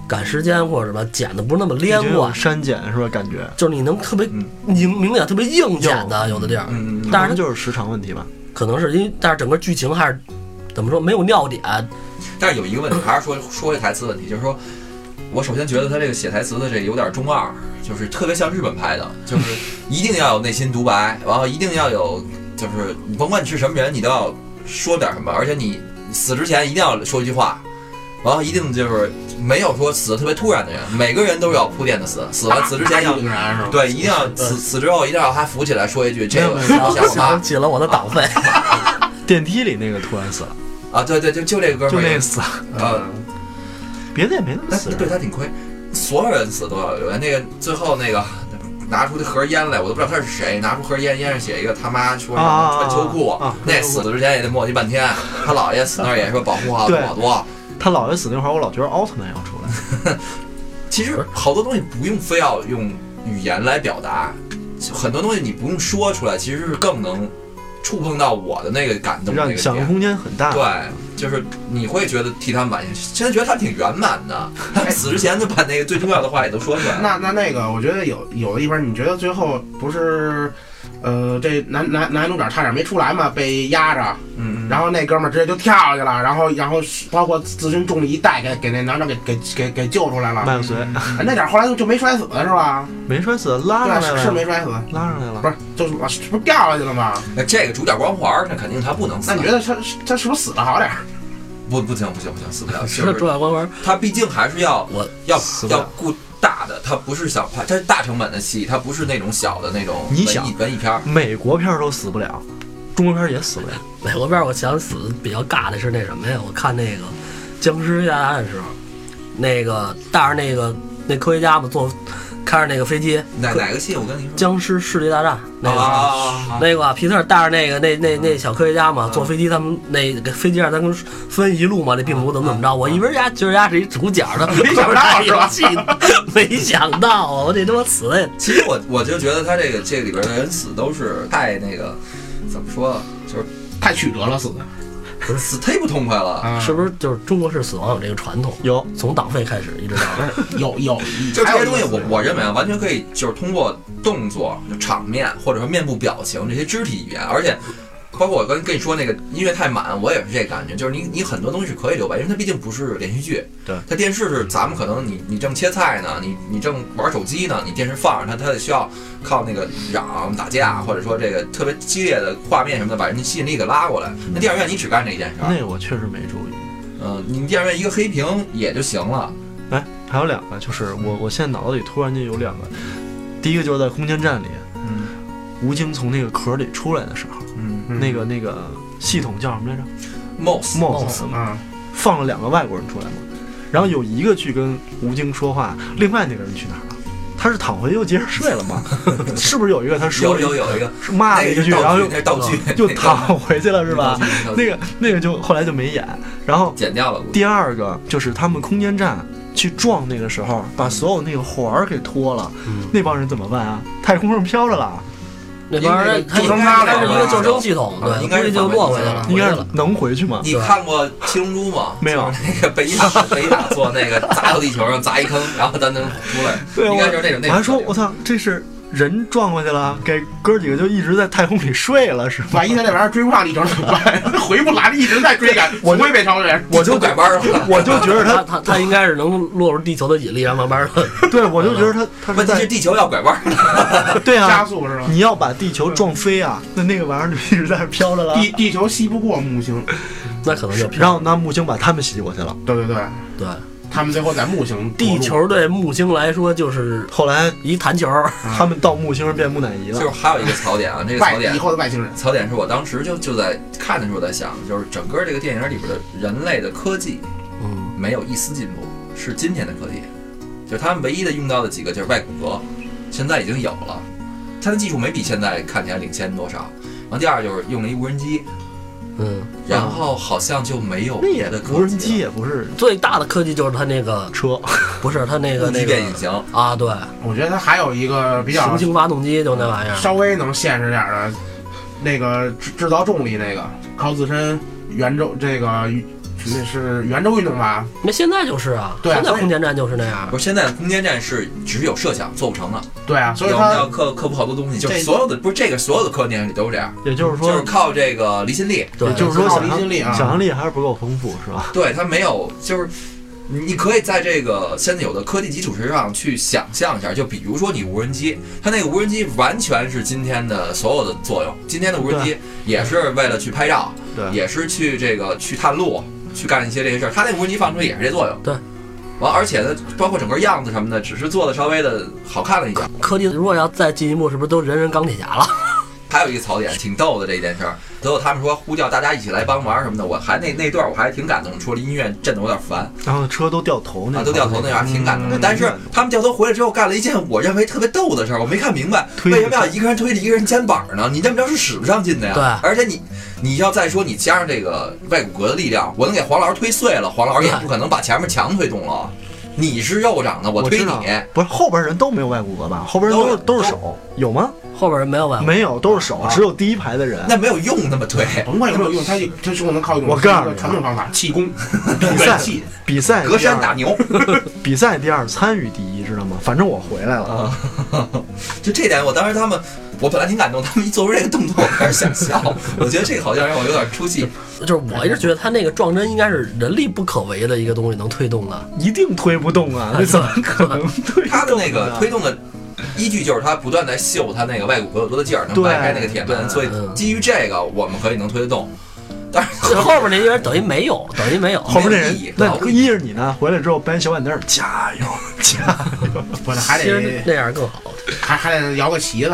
S6: 赶时间或者什么剪的不是那么连
S2: 已经有
S6: 贯，
S2: 删减是吧？感觉，
S6: 就是你能特别
S2: 嗯
S6: 明明显特别硬剪的有的地儿，
S1: 嗯，嗯嗯
S6: 但
S2: 可能
S6: 是它
S2: 就是时长问题吧。
S6: 可能是因为但是整个剧情还是怎么说没有尿 点，
S1: 但是有一个问题，还是说说这台词问题，就是说我首先觉得他这个写台词的这有点中二，就是特别像日本拍的，就是一定要有内心独白，然后一定要有，就是你甭管你是什么人，你都要说点什么，而且你死之前一定要说一句话。然后一定就是没有说死的特别突然的人，每个人都是要铺垫的死，死完死之前要
S3: 应然是吧？
S1: 对，一定要死死之后一定要他扶起来说一句这个
S2: 没有
S1: 吓
S6: 然后
S1: 我
S6: 想
S1: 妈
S6: 起了我的党费。
S2: 电梯里那个突然死了，
S1: 啊！对对，就就这个哥
S2: 就
S1: 们
S2: 那
S1: 儿，
S2: 死了，
S3: 嗯
S1: 呃，
S2: 别的也没那么
S1: 那
S2: 死人。
S1: 哎对他挺亏，所有人死都要有人。那个最后那个拿出那盒烟来，我都不知道他是谁，拿出盒烟，烟上写一个他妈说什么
S2: 啊
S1: 穿秋裤，
S2: 啊啊
S1: 那死之前也得磨叽半 天。他姥爷死那儿也说保护好
S2: 对
S1: 多好多。
S2: 他姥爷死那会儿，我老觉得奥特曼要出来。
S1: 其实好多东西不用非要用语言来表达，很多东西你不用说出来，其实是更能触碰到我的那个感动的
S2: 让
S1: 那
S2: 你
S1: 个
S2: 想象
S1: 点。
S2: 空间很大。
S1: 对，就是你会觉得替他们满意，现在觉得他们挺圆满的。他
S2: 哎
S1: 们死之前就把那个最重要的话也都说出来了。
S3: 那那那个，我觉得有有的一边，你觉得最后不是，呃，这男男男主角差点没出来嘛，被压着，
S1: 嗯，嗯
S3: 然后那哥们儿直接就跳下去了，然后然后包括自身重力一带给给那男主给给给给救出来了，
S2: 麦克随
S3: 那点儿后来就就没摔死是吧？
S2: 没摔死，
S1: 啊
S2: 拉上来
S3: 对，
S2: 了，
S3: 是是没摔死，
S2: 拉上来了。
S3: 不是就是往是不是掉下去了吗？
S1: 那这个主角光环儿，那肯定他不能死
S3: 那。你觉得他他是不是死的好点儿？
S1: 不不行不行不行， 死不了。就是
S6: 说转光环，
S1: 他毕竟还是要
S6: 我
S1: 要
S2: 死不了
S1: 要顾大的，他不是小拍，他是大成本的戏，他不是那种小的那种
S2: 你
S1: 文
S2: 想
S1: 艺文艺片儿。
S2: 美国片儿都死不了，中国片儿也死不了。
S6: 美国 片儿我想死比较尬的是那什么呀？我看那个《僵尸压案》的时候，那个带着那个那科学家嘛坐，开着那个飞机，
S1: 哪哪个戏？我跟你
S6: 《
S1: 说。
S6: 僵尸世界大战》那
S1: 啊
S6: 个。
S1: 啊啊啊！
S6: 那个皮特带着那个那那
S3: 嗯
S6: 那小科学家嘛，坐飞机，他们那个飞机上他们分一路嘛，那病毒怎么怎么着？我以为人家就是人家是一主角呢，没
S3: 嗯想到是吧
S6: 戏，没想到啊，我这他妈死的也
S1: 其实我我就觉得他这个这里边的人死都是太那个，怎么说，啊就是
S3: 太曲折了，死的
S1: 死忒不痛快了。
S3: 啊
S6: 是不是就是中国式死亡有这个传统？
S2: 有
S1: 啊
S6: 从党费开始一直到
S3: 有有，
S1: 就这
S3: 还有
S1: 些东西
S3: 一个
S1: 我，我认为啊，完全可以就是通过动作、就场面或者说面部表情这些肢体语言，而且包括我跟跟你说那个音乐太满，我也是这感觉，就是你你很多东西是可以留白，因为它毕竟不是连续剧，
S2: 对，
S1: 它电视是咱们可能你你正切菜呢，你你正玩手机呢，你电视放着它，它得需要靠那个嚷打架或者说这个特别激烈的画面什么的把人家吸引力给拉过来。那电影院你只干这一件事儿，
S2: 那个我确实没注意。
S1: 嗯、你电影院一个黑屏也就行了，
S2: 哎，还有两个，就是我我现在脑子里突然间有两个，第一个就是在空间站里，
S1: 嗯
S2: 吴京从那个壳里出来的时候，
S1: 嗯
S3: 嗯
S2: 那个那个系统叫什么来着
S1: ，most
S2: ？MOS
S3: 啊，
S2: 放了两个外国人出来嘛，然后有一个去跟吴京说话，另外那个人去哪儿了？他是躺回去又接着睡 了吗？是不是有一个他说
S1: 有有有一个。
S2: 是骂了一句，然后又
S1: 那是道具，那是道具
S2: 又躺回去了是吧？？那
S1: 个
S2: 个那个就后来就没演。然后
S1: 剪掉了，估计
S2: 第二个就是他们空间站去撞那个时候，把所有那个环儿给脱了，
S6: 嗯
S2: 那帮人怎么办啊？太空上飘着了，
S6: 那帮人，他
S1: 应
S3: 该是
S6: 他是一个救生系统，
S1: 啊
S6: 对，
S1: 应该是
S6: 估计就落回去了，
S2: 应该
S6: 回
S2: 是
S6: 去了。
S2: 能回去吗？
S1: 你看过《七龙珠》吗？
S2: 没有
S1: 就是那个贝伊塔，贝伊塔做那个砸到地球上砸一坑，然后咱能出来，
S2: 对，
S1: 应
S2: 我
S1: 该就是那种那种。
S2: 我还说我操，这是人撞过去了，给哥几个就一直在太空里睡了是吗？
S3: 万一他那玩意儿追不上你，整怎么办？ 回不来，一直在追赶，
S2: 我
S3: 不会被超越。
S2: 我就
S1: 拐弯了。
S2: 我就觉得
S6: 他
S2: 他，
S6: 他他应该是能落入地球的引力，然后慢慢 的。
S2: 对我就觉得他他是
S1: 问题是
S2: 在
S1: 地球要拐弯 儿，
S2: 对
S3: 加
S2: 啊，
S3: 速是吧？
S6: 嗯
S2: 你要把地球撞飞啊，那那个玩意儿就一直在那飘着了。
S3: 地地球吸不过木星，
S6: 那可能就
S2: 然后那木星把他们吸过去了。
S3: 对对对，
S6: 对
S3: 他们最后在木星着陆，
S6: 地球对木星来说就是
S2: 后来
S6: 一弹球，
S2: 他们到木星上变木乃伊
S1: 啊就是
S2: 了，
S1: 还有一个槽点啊，这个槽
S3: 外
S1: 点
S3: 以后的外星人，
S1: 槽点是我当时就就在看的时候在想，就是整个这个电影里边的人类的科技
S6: 嗯，
S1: 没有一丝进步，是今天的科技，就是他们唯一的用到的几个就是外骨骼，现在已经有了，它的技术没比现在看起来领先多少。后第二就是用了一无人机，
S6: 嗯，
S1: 然后好像就没有
S2: 那
S1: 别
S2: 也
S1: 的科技
S2: 无人机
S1: 了
S2: 也不是
S6: 最大的科技就是它那 个
S2: 车，
S6: 不是它那个
S1: 无
S6: 那
S1: 级
S6: 个
S1: 变隐形，
S6: 啊，对，
S3: 我觉得它还有一个比较
S6: 行星发动机就那玩意儿，
S3: 稍微能现实点儿的，那个制制造重力那个，靠自身圆周这个那是圆周运动吧？
S6: 那现在就是啊，
S3: 对啊
S6: 现在
S3: 所以
S6: 空间站就是那样
S1: 不，是现在空间站是只是有设想做不成的，
S3: 对啊，所以
S1: 要
S3: 它
S1: 要克克服好多东西，就是
S3: 这
S1: 所有的不是这个所有的科研里都是这样，
S2: 也就是
S1: 就是
S2: 说，
S1: 靠这个离心力，
S6: 对
S2: 也，就是说
S3: 靠
S2: 想
S3: 离
S2: 象
S3: 心力啊
S2: 想象力还是不够丰富，是吧？
S1: 对它没有就是。你你可以在这个现有的科技基础之上去想象一下，就比如说你无人机，它那个无人机完全是今天的所有的作用。今天的无人机也是为了去拍照，
S2: 对
S1: 也是去这个去探路，去干一些这些事儿。它那无人机放出去也是这作用。
S6: 对，
S1: 完而且呢，包括整个样子什么的，只是做的稍微的好看了一点。
S6: 科技如果要再进一步，是不是都人人钢铁侠了？
S1: 还有一个槽点挺逗的这一件事儿，最后他们说呼叫大家一起来帮忙什么的，我还那那段我还挺感动，除了音乐震得我有点烦
S2: 然后车都掉头
S1: 啊，
S2: 那个
S1: 都掉头那样挺感动的。
S2: 嗯
S1: 但是他们掉头回来之后干了一件我认为特别逗的事儿，我没看明白
S2: 推
S1: 为
S2: 着
S1: 什么要一个人推着一个人肩膀呢？你这么着是使不上劲的呀。
S6: 对
S1: 而且你你要再说你加上这个外骨骼的力量，我能给黄老师推碎了，黄老师也不可能把前面墙推动了。你是肉长的，我
S2: 我
S1: 推
S2: 知
S1: 你
S2: 道，不是后边人都没有外骨骼吧？后边人
S1: 都
S2: 都
S1: 有都
S2: 是都是手，有吗？
S6: 后边人没有吧？
S2: 没有，都是手，只有第一排的人。
S1: 那没有用，那么推。
S2: 哎
S3: 甭管有没有用，它它是我能靠一种
S2: 我告诉你啊
S3: 传统方法，气 功，
S2: 比赛
S3: 对气，
S2: 比赛
S1: 隔
S2: 第
S1: 山
S2: 二，
S1: 打牛，
S2: 比赛第二，参与第一，知道吗？反正我回来
S1: 啊
S2: 了。
S1: 就这点，我当时他们，我本来挺感动，他们一做出这个动作，我开始想笑。我觉得这个好像让我有点出戏。
S6: 就是我一直觉得它那个撞针应该是人力不可为的一个东西能推动的，
S2: 一定推不动啊！那怎么可能 推
S1: 他的
S2: 动
S1: 那个
S2: 呢
S1: 推动的依据就是他不断在秀他那个外骨骼有多的劲儿，能
S2: 对
S1: 掰开那个铁门。所以
S6: 嗯
S1: 基于这个，我们可以能推得动。但是
S6: 这后边那些人等于没有，等于没有。
S2: 后边那
S1: 没有意义
S2: 人，
S1: 老
S2: 那
S1: 不
S2: 依着你呢，回来之后掰小板凳儿，加油 加油！
S3: 我这还
S6: 其实
S3: 得
S6: 那样更好。
S3: 还还得摇个旗子，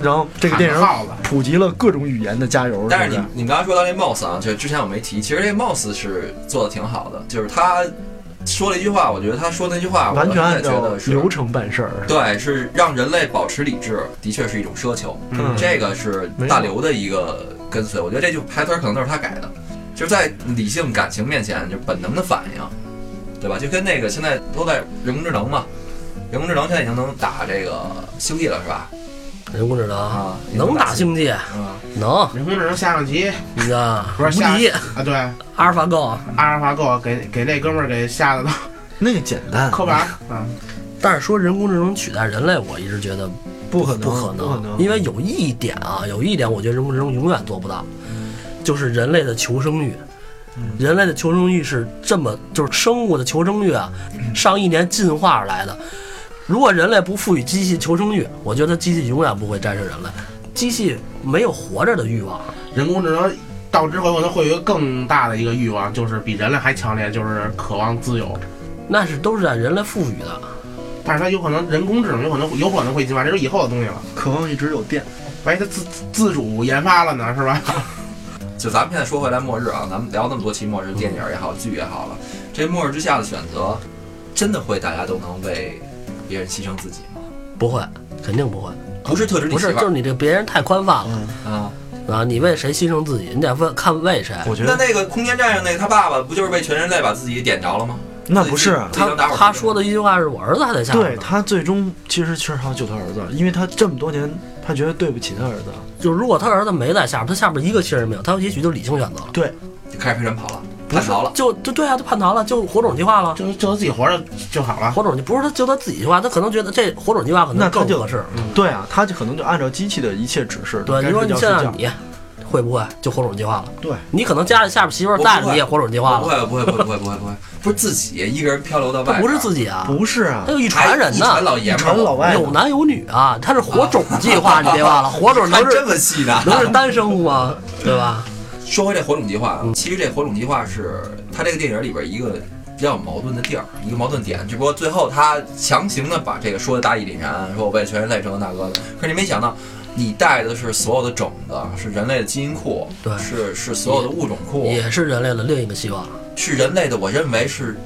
S2: 然后这个电影
S3: 喊号了
S2: 普及了各种语言的加油，
S1: 但是
S2: 不
S1: 你你刚才说到这 Moss 啊，就是之前我没提，其实这 Moss 是做的挺好的，就是他说了一句话，我觉得他说那句
S6: 啊
S1: 话，我
S2: 完全按
S1: 现在觉
S2: 照
S1: 得是
S2: 流程办事儿。
S1: 对，是让人类保持理智，的确是一种奢求。
S2: 嗯
S1: 这个是大刘的一个跟随，我觉得这句台词儿可能都是他改的，就是在理性感情面前，就本能的反应，对吧？就跟那个现在都在人工智能嘛，人工智能现在已经能打这个星际了，是吧？
S6: 人工智能
S1: 啊，
S6: 能打星际，
S1: 啊，
S6: 能，
S3: 人工智能下象棋
S6: 你知道吗
S3: 不是下
S6: 无敌，
S3: 啊，对，
S6: 阿尔法狗。
S3: 阿尔法狗给给那哥们儿给吓得都
S2: 那个简单，
S3: 扣板啊，
S6: 但是说人工智能取代人类，我一直觉得
S2: 不可能，不
S6: 不可
S2: 能，
S6: 能，因为有一点啊，有一点，我觉得人工智能永远做不到，
S2: 嗯
S6: 就是人类的求生欲。人类的求生欲是这么，就是生物的求生欲啊，
S2: 嗯
S6: 上亿年进化而来的。如果人类不赋予机器求生欲，我觉得机器永远不会战胜人类。机器没有活着的欲望，
S3: 人工智能。到之后可能会有一个更大的一个欲望，就是比人类还强烈，就是渴望自由。
S6: 那是都是在人类赋予的。
S3: 但是它有可能人工智能有可能有可能会进化，这是以后的东西了。
S2: 渴望一直有电。
S3: 万一它哎自自主研发了呢，是吧？
S1: 就咱们现在说回来末日啊，咱们聊那么多期末日电影也好，剧也好了，这末日之下的选择，真的会大家都能为别人牺牲自己吗？
S6: 不会，肯定不会。
S1: 不是特指你
S6: 不
S1: 媳
S6: 是，
S1: 妇
S6: 就是
S1: 儿
S6: 你这别人太宽泛了
S2: 嗯
S1: 啊，
S6: 啊！你为谁牺牲自己，你得问看为谁。
S2: 我觉
S1: 那
S2: 得
S1: 那个空间站上那个他爸爸不就是为全人类把自己点着了吗？
S2: 那不是啊
S1: 自己
S6: 他他说的一句话是我儿子还得下手呢
S2: 对他最终其实其实他要救他儿子，因为他这么多年他觉得对不起他儿子。
S6: 就如果他儿子没在下边，他下边一个亲人没有，他也许就理性选择了，
S2: 对，
S1: 就开始飞船跑了，叛逃了。
S6: 就就对啊，就叛逃了，就火种计划了。
S3: 就就自己活着就好了。
S6: 火种就不是他，就他自己计划，他可能觉得这火种计划可
S2: 那
S6: 能
S2: 他
S6: 更
S2: 就
S6: 合适。嗯
S2: 对啊，他就可能就按照机器的一切指示。
S6: 对，
S2: 该
S6: 你说
S2: 睡
S6: 你
S2: 觉
S6: 现在
S2: 睡觉
S6: 你会不会就火种计划了？
S2: 对，
S6: 你可能家里下边媳妇儿
S1: 我不
S6: 带着
S1: 会
S6: 你也火种计
S1: 我
S6: 划
S1: 不会，
S6: 了，
S1: 不会，不会，不会，不会，不会，不是自己一个人漂流到外
S6: 他
S1: 边，
S6: 不是自己啊，
S2: 不是啊
S6: 他，有一
S1: 还
S6: 船人
S1: 哎一
S6: 呢
S1: 船，老爷们
S2: 传
S1: 儿，
S2: 老外
S6: 有男有女啊，他是火种计
S1: 啊
S6: 划，你别 忘了，火种
S1: 还
S6: 能
S1: 这
S6: 是
S1: 么细呢。
S6: 能是单生物吗？对吧？
S1: 说回这火种计划啊，其实这火种计划是他这个电影里边一个比较矛盾的地儿，一个矛盾点。只不过最后他强行的把这个说的大义凛然，说我为全人类成为大哥的。可是你没想到，你带的是所有的种子，是人类的基因库，
S6: 对
S1: 是是所有的物种库，
S6: 也是人类的另一个希望。
S1: 是人类的，我认为是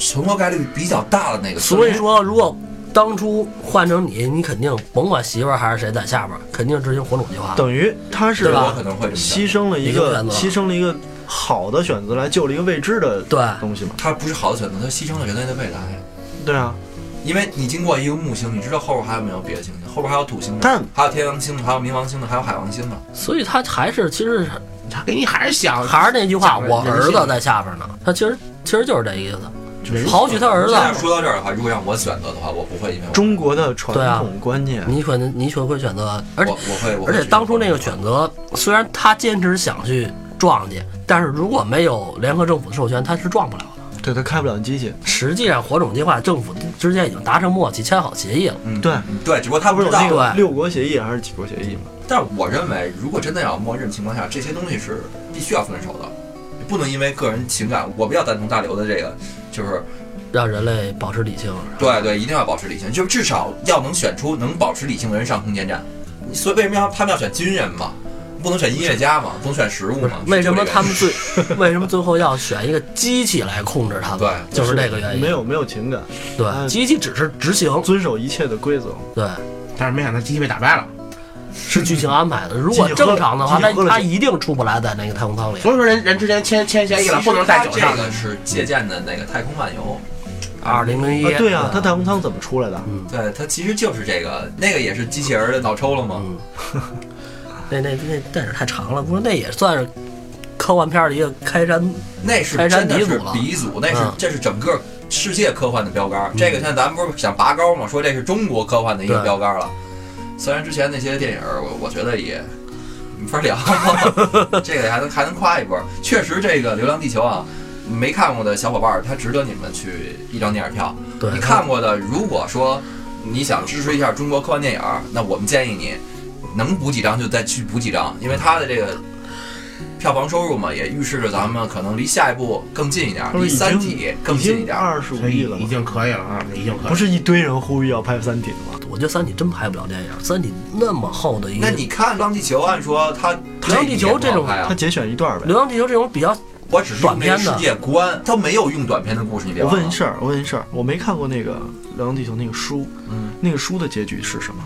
S1: 存活概率比较大的那个。
S6: 所以，说，如果当初换成你，你肯定甭管媳妇儿还是谁在下边儿，肯定执行火种计划。
S2: 等于他是
S6: 对吧
S1: 我可能会这么想
S2: 牺牲了一个
S6: 一个选择
S2: 牺牲了一个好的选择来救了一个未知的
S6: 对
S2: 东西嘛？
S1: 他不是好的选择，他牺牲了人类的未来。
S2: 对啊，
S1: 因为你经过一个木星，你知道后边还有没有别的行星？后边还有土星呢，
S2: 但
S1: 还有天王星呢，还有冥王星呢，还有海王星呢。
S6: 所以他还是其实
S3: 他给你还是想
S6: 还是那句话，
S3: 讲人
S6: 我儿
S3: 人
S6: 子
S3: 性
S6: 在下边呢。他其实其实就是这意思，
S3: 人
S6: 刨去他儿子
S1: 现，在说到这儿的话，如果让我选择的话，我不会因为我
S2: 中国的
S6: 对
S2: 传
S6: 啊
S2: 统观念，
S6: 你可能你可能会选择，而且
S1: 我我会，我会
S6: 而且
S1: 去
S6: 当初那个选择，虽然他坚持想去撞去，但是如果没有联合政府的授权，他是撞不了的。
S2: 对他开不了机器，
S6: 实际上，火种计划政府之间已经达成默契，签好协议了。
S1: 嗯
S2: 对
S1: 对，只不过他
S2: 不
S1: 不
S2: 是
S1: 知
S2: 有
S1: 道。
S2: 那个
S6: 对
S2: 六国协议还是几国协议嘛？
S1: 但是我认为，如果真的要默认情况下，这些东西是必须要分手的，不能因为个人情感。我比较赞同大刘的这个，就是
S6: 让人类保持理性。
S1: 对对，一定要保持理性，就至少要能选出能保持理性的人上空间站。所以为什么要他们要选军人嘛？不能选音乐家嘛？不能选食物嘛？
S6: 为什么
S1: 是这个原因
S6: 他们最 为什么最后要选一个机器来控制他们？
S1: 对
S6: 就是这个原因。
S2: 没有嗯没有情感，
S6: 对，机器只是执行，
S2: 遵守一切的规则。
S6: 对，
S3: 但是没想到机器被打败了。
S6: 是剧情安排的。如果
S2: 嗯机器喝了
S6: 正常的话，
S2: 机啊器
S6: 那
S2: 喝了
S6: 他
S2: 酒
S6: 一定出不来在那个太空舱里。
S3: 所以说人人之间签签协议了，
S1: 其实
S3: 不能带酒
S1: 他
S3: 上
S1: 这。个是借鉴的那个《太空漫游
S6: 二零零一
S2: 啊，，对啊，他太空舱怎么出来的？》，
S1: 对，它其实就是这个，那个也是机器人的脑抽了嘛。
S6: 嗯，那那那电影太长了，不是那也算是科幻片儿的一个开山。
S1: 那是
S6: 开山
S1: 真的
S6: 鼻祖
S1: 是
S6: 了
S1: 鼻祖，那是
S6: 嗯
S1: 这是整个世界科幻的标杆儿。这个现在咱们不是想拔高嘛，说这是中国科幻的一个
S6: 对
S1: 标杆儿了。虽然之前那些电影儿，我我觉得也没法 聊，这个还能还能夸一波儿。确实，这个《流浪地球》啊，没看过的小伙伴儿，他值得你们去一张电影票。
S6: 对，
S1: 你看过的，如果说你想支持一下中国科幻电影儿，那我们建议你能补几张就再去补几张，因为它的这个票房收入嘛，也预示着咱们可能离下一步更近一点儿，
S2: 他说
S1: 离
S2: 已
S1: 《三体
S2: 经》
S1: 更
S2: 已
S1: 近一
S2: 经
S1: 点儿。
S2: 二十五
S3: 所
S2: 亿
S3: 以
S2: 了
S3: 已
S2: 嘛，
S3: 经可以了啊，已经可以。
S2: 不，是一堆人呼吁要拍《三体》的吗？
S6: 我觉得《三体》真拍不了电影，《三体》那么厚的一个，
S1: 那你看《流浪地球》，按说它
S6: 流浪地球
S1: 也不好
S6: 这种
S1: 拍
S2: 他
S1: 啊，
S2: 节选一段
S6: 《
S2: 呗。
S6: 流浪地球》这种比较
S1: 我只是用那个
S6: 短片
S1: 世
S6: 的
S1: 界观，它没有用短片的故事，你别
S2: 我
S1: 忘
S2: 问
S1: 了
S2: 一。事儿，我问一事儿，我没看过那个《流浪地球》那个书，
S1: 嗯，
S2: 那个书的结局是什么？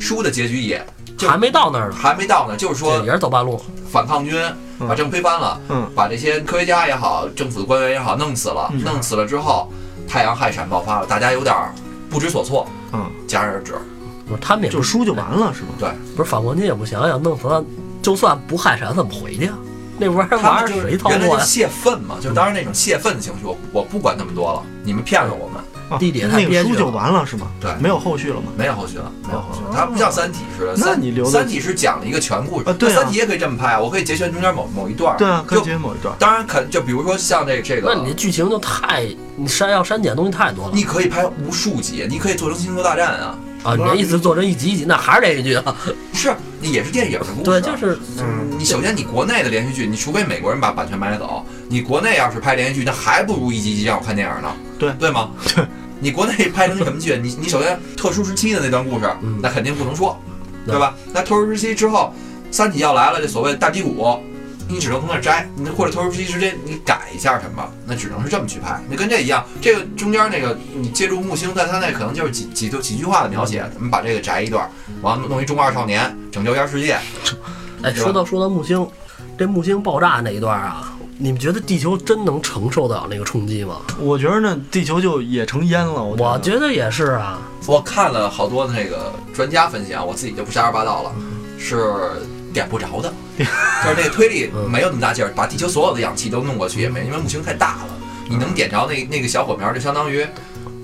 S1: 书的结局也就
S6: 还没到那儿呢，
S1: 还没到呢，就是说
S6: 也是走半路。
S1: 反抗军把政府推翻了，
S2: 嗯，
S1: 把这些科学家也好，政府的官员也好弄死了，
S2: 嗯
S1: 弄死了之后，太阳害闪爆发了，大家有点儿不知所措，
S2: 嗯，
S1: 戛然而止。
S6: 不是他们也
S2: 就
S6: 不
S2: 书就完了是吗？
S6: 不是反国军也不想想，弄死他，就算不害闪，怎么回去啊？那玩意儿
S1: 他
S6: 玩
S1: 们
S6: 意
S1: 就
S6: 儿
S1: 是
S6: 谁操啊
S1: 原来
S6: 作
S1: 就
S6: 呀？
S1: 泄愤嘛，
S2: 嗯
S1: 就当然那种泄愤的情绪，我我不管那么多了，你们骗了我们，
S2: 啊，
S6: 地铁太
S2: 那个
S6: 憋屈
S2: 书
S6: 了
S2: 就完了是吗？
S1: 对
S2: 没有后续了吗？
S1: 没有后续了，没有后续了
S2: 哦。
S1: 它不像《三体》似的，
S2: 那
S1: 三
S2: 你留的
S1: 三体》是讲了一个全故事，
S2: 啊对啊
S1: 那三体》也可以这么拍啊，我可以节选中间某某一段儿，
S2: 对啊，可
S1: 嗯
S2: 以
S1: 就
S2: 节某一段。
S1: 当然肯就比如说像这这个，
S6: 那你这剧情就太你删要删减的东西太多了
S1: 你可以拍无数集，你可以做成《星球大战》啊，
S6: 啊！你这意思做成一集一集，那还是这一句啊？
S1: 是，那也是电影的故事，啊
S6: 对，就是
S3: 嗯，
S1: 你首先你国内的连续剧，你除非美国人把版权买走，你国内要是拍连续剧，那还不如一集一集让我看电影呢，
S2: 对
S1: 对吗？
S2: 对，
S1: 你国内拍成什么剧？你你首先特殊时期的那段故事
S6: 嗯，
S1: 那肯定不能说，
S6: 对
S1: 对吧？那特殊时期之后，《三体》要来了，这所谓的大低谷，你只能从那儿摘，你或者特殊时期之间你改一下什么，那只能是这么去拍。那跟这一样，这个中间那个你借助木星，但它那可能就是几几就几句话的描写，咱们把这个摘一段，完了弄一中二少年拯救一下世界，
S6: 哎，
S1: 对吧
S6: 说到说到木星，这木星爆炸那一段啊，你们觉得地球真能承受得了那个冲击吗？
S2: 我觉得呢，地球就也成烟了。我
S6: 我
S2: 觉
S6: 觉得也是啊，
S1: 我看了好多那个专家分析啊，我自己就不瞎说八道了，是点不着的，就是那推力没有那么大劲儿，把地球所有的氧气都弄过去也没，因为木星太大了，你能点着那那个小火苗，就相当于，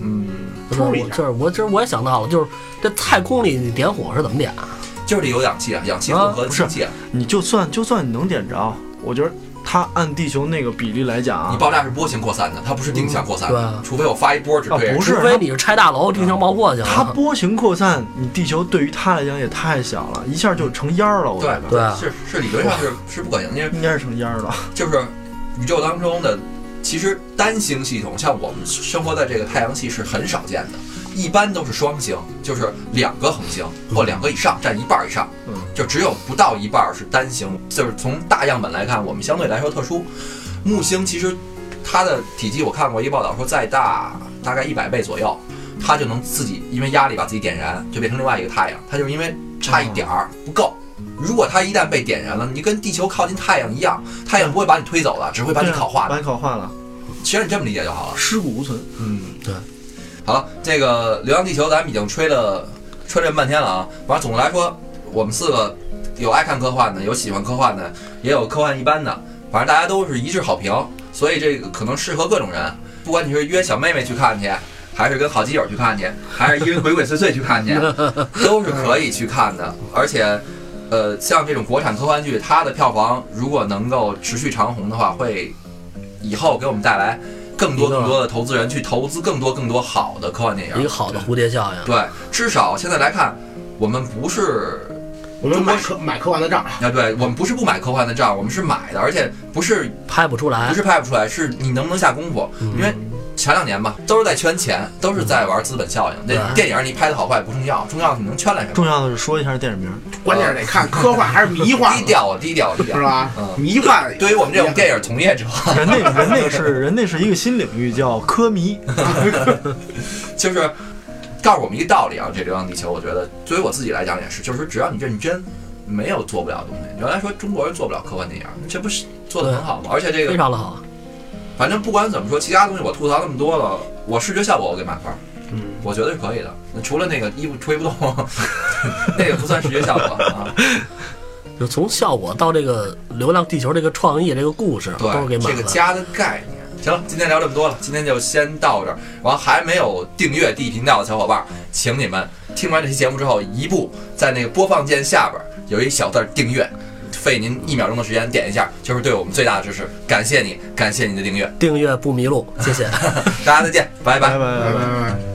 S1: 嗯，
S6: 不是我这我这我也想到了，就是这太空里你点火是怎么点啊？
S1: 就是得有氧气啊，氧气混合氢气啊，
S2: 得你就算就算你能点着，我觉得它按地球那个比例来讲啊
S1: 你，爆炸是波形扩散的，它不是定向扩散的，
S6: 嗯对啊
S1: 除非我发一波只对人、
S2: 啊不是
S6: 除非你是拆大楼定向爆破去了。
S2: 它波形扩散，你地球对于它来讲也太小了，一下就成烟儿了。我觉
S1: 对
S2: 得
S6: 对啊
S1: 是是理论上是是不可行的，因为
S2: 应该是成烟儿了。
S1: 就是宇宙当中的，其实单星系统，像我们生活在这个太阳系是很少见的，一般都是双星，就是两个恒星或两个以上占一半以上，
S2: 嗯，
S1: 就只有不到一半是单星，就是从大样本来看，我们相对来说特殊。木星其实它的体积我看过一个报道说再大大概一百倍左右，他就能自己因为压力把自己点燃，就变成另外一个太阳。他就是因为差一点儿不够。如果他一旦被点燃了，你跟地球靠近太阳一样，太阳不会把你推走的，只会把你
S2: 对啊
S1: 烤化
S2: 把
S1: 的。
S2: 你烤化了，
S1: 其实你这么理解就好了。
S2: 尸骨无存。
S1: 嗯，
S6: 对。
S1: 好了，这个《流浪地球》咱们已经吹了吹了这么半天了啊。反正总的来说，我们四个有爱看科幻的，有喜欢科幻的，也有科幻一般的，反正大家都是一致好评。所以这个可能适合各种人，不管你是约小妹妹去看去，还是跟好基友去看去，还是一人鬼鬼祟祟去看去，都是可以去看的。而且，呃，像这种国产科幻剧，它的票房如果能够持续长红的话，会以后给我们带来更多更多的投资人去投资更多更多好的科幻电
S3: 哎
S6: 一
S1: 影
S6: 个。好的蝴蝶效应。
S1: 对，至少现在来看，我们不是
S3: 我们买科买科幻的账，
S1: 啊，对我们不是不买科幻的账，我们是买的，而且不是
S6: 拍不出
S1: 不
S6: 来
S3: 啊
S1: 是，拍不出来，是你能不能下功夫。
S3: 嗯
S1: 因为前两年吧，都是在圈钱，都是在玩资本效应。那
S6: 对
S1: 电影你拍的好坏不重要，重要你能圈来什么。
S2: 重要的是说一下电影名儿，
S3: 关键是得看科幻还是迷幻
S1: 低，调，啊低调，低调，
S3: 是吧
S1: 嗯？
S3: 迷幻
S1: 对于我们这种电影从业者，
S2: 人那人那是人那是一个新领域，叫科迷。
S1: 就是告诉我们一个道理啊，这《流浪地球》，我觉得对于我自己来讲也是，就是只要你认真，没有做不了的东西。原来说中国人做不了科幻电影，这不是做的很好吗？而且这
S6: 非
S1: 个，
S6: 常的好。
S1: 反正不管怎么说，其他东西我吐槽那么多了，我视觉效果我给满分。
S3: 嗯，
S1: 我觉得是可以的，那除了那个衣服吹不动， 那个不算视觉效果啊。
S6: 就从效果到这个《流浪地球》这个创意、这个故事，都是给
S1: 对，
S6: 满
S1: 这个
S6: 分。
S1: 家的概念。行了，今天聊这么多了，今天就先到这儿。完，还没有订阅 D 频道的小伙伴儿，请你们听完这期节目之后，一步在那个播放键下边儿有一小字儿订阅，费您一秒钟的时间点一下，就是对我们最大的支持。感谢你，感谢你的订阅，
S6: 订阅不迷路，谢谢。
S1: 大家再见，拜拜
S2: 拜拜拜拜。
S3: 拜拜。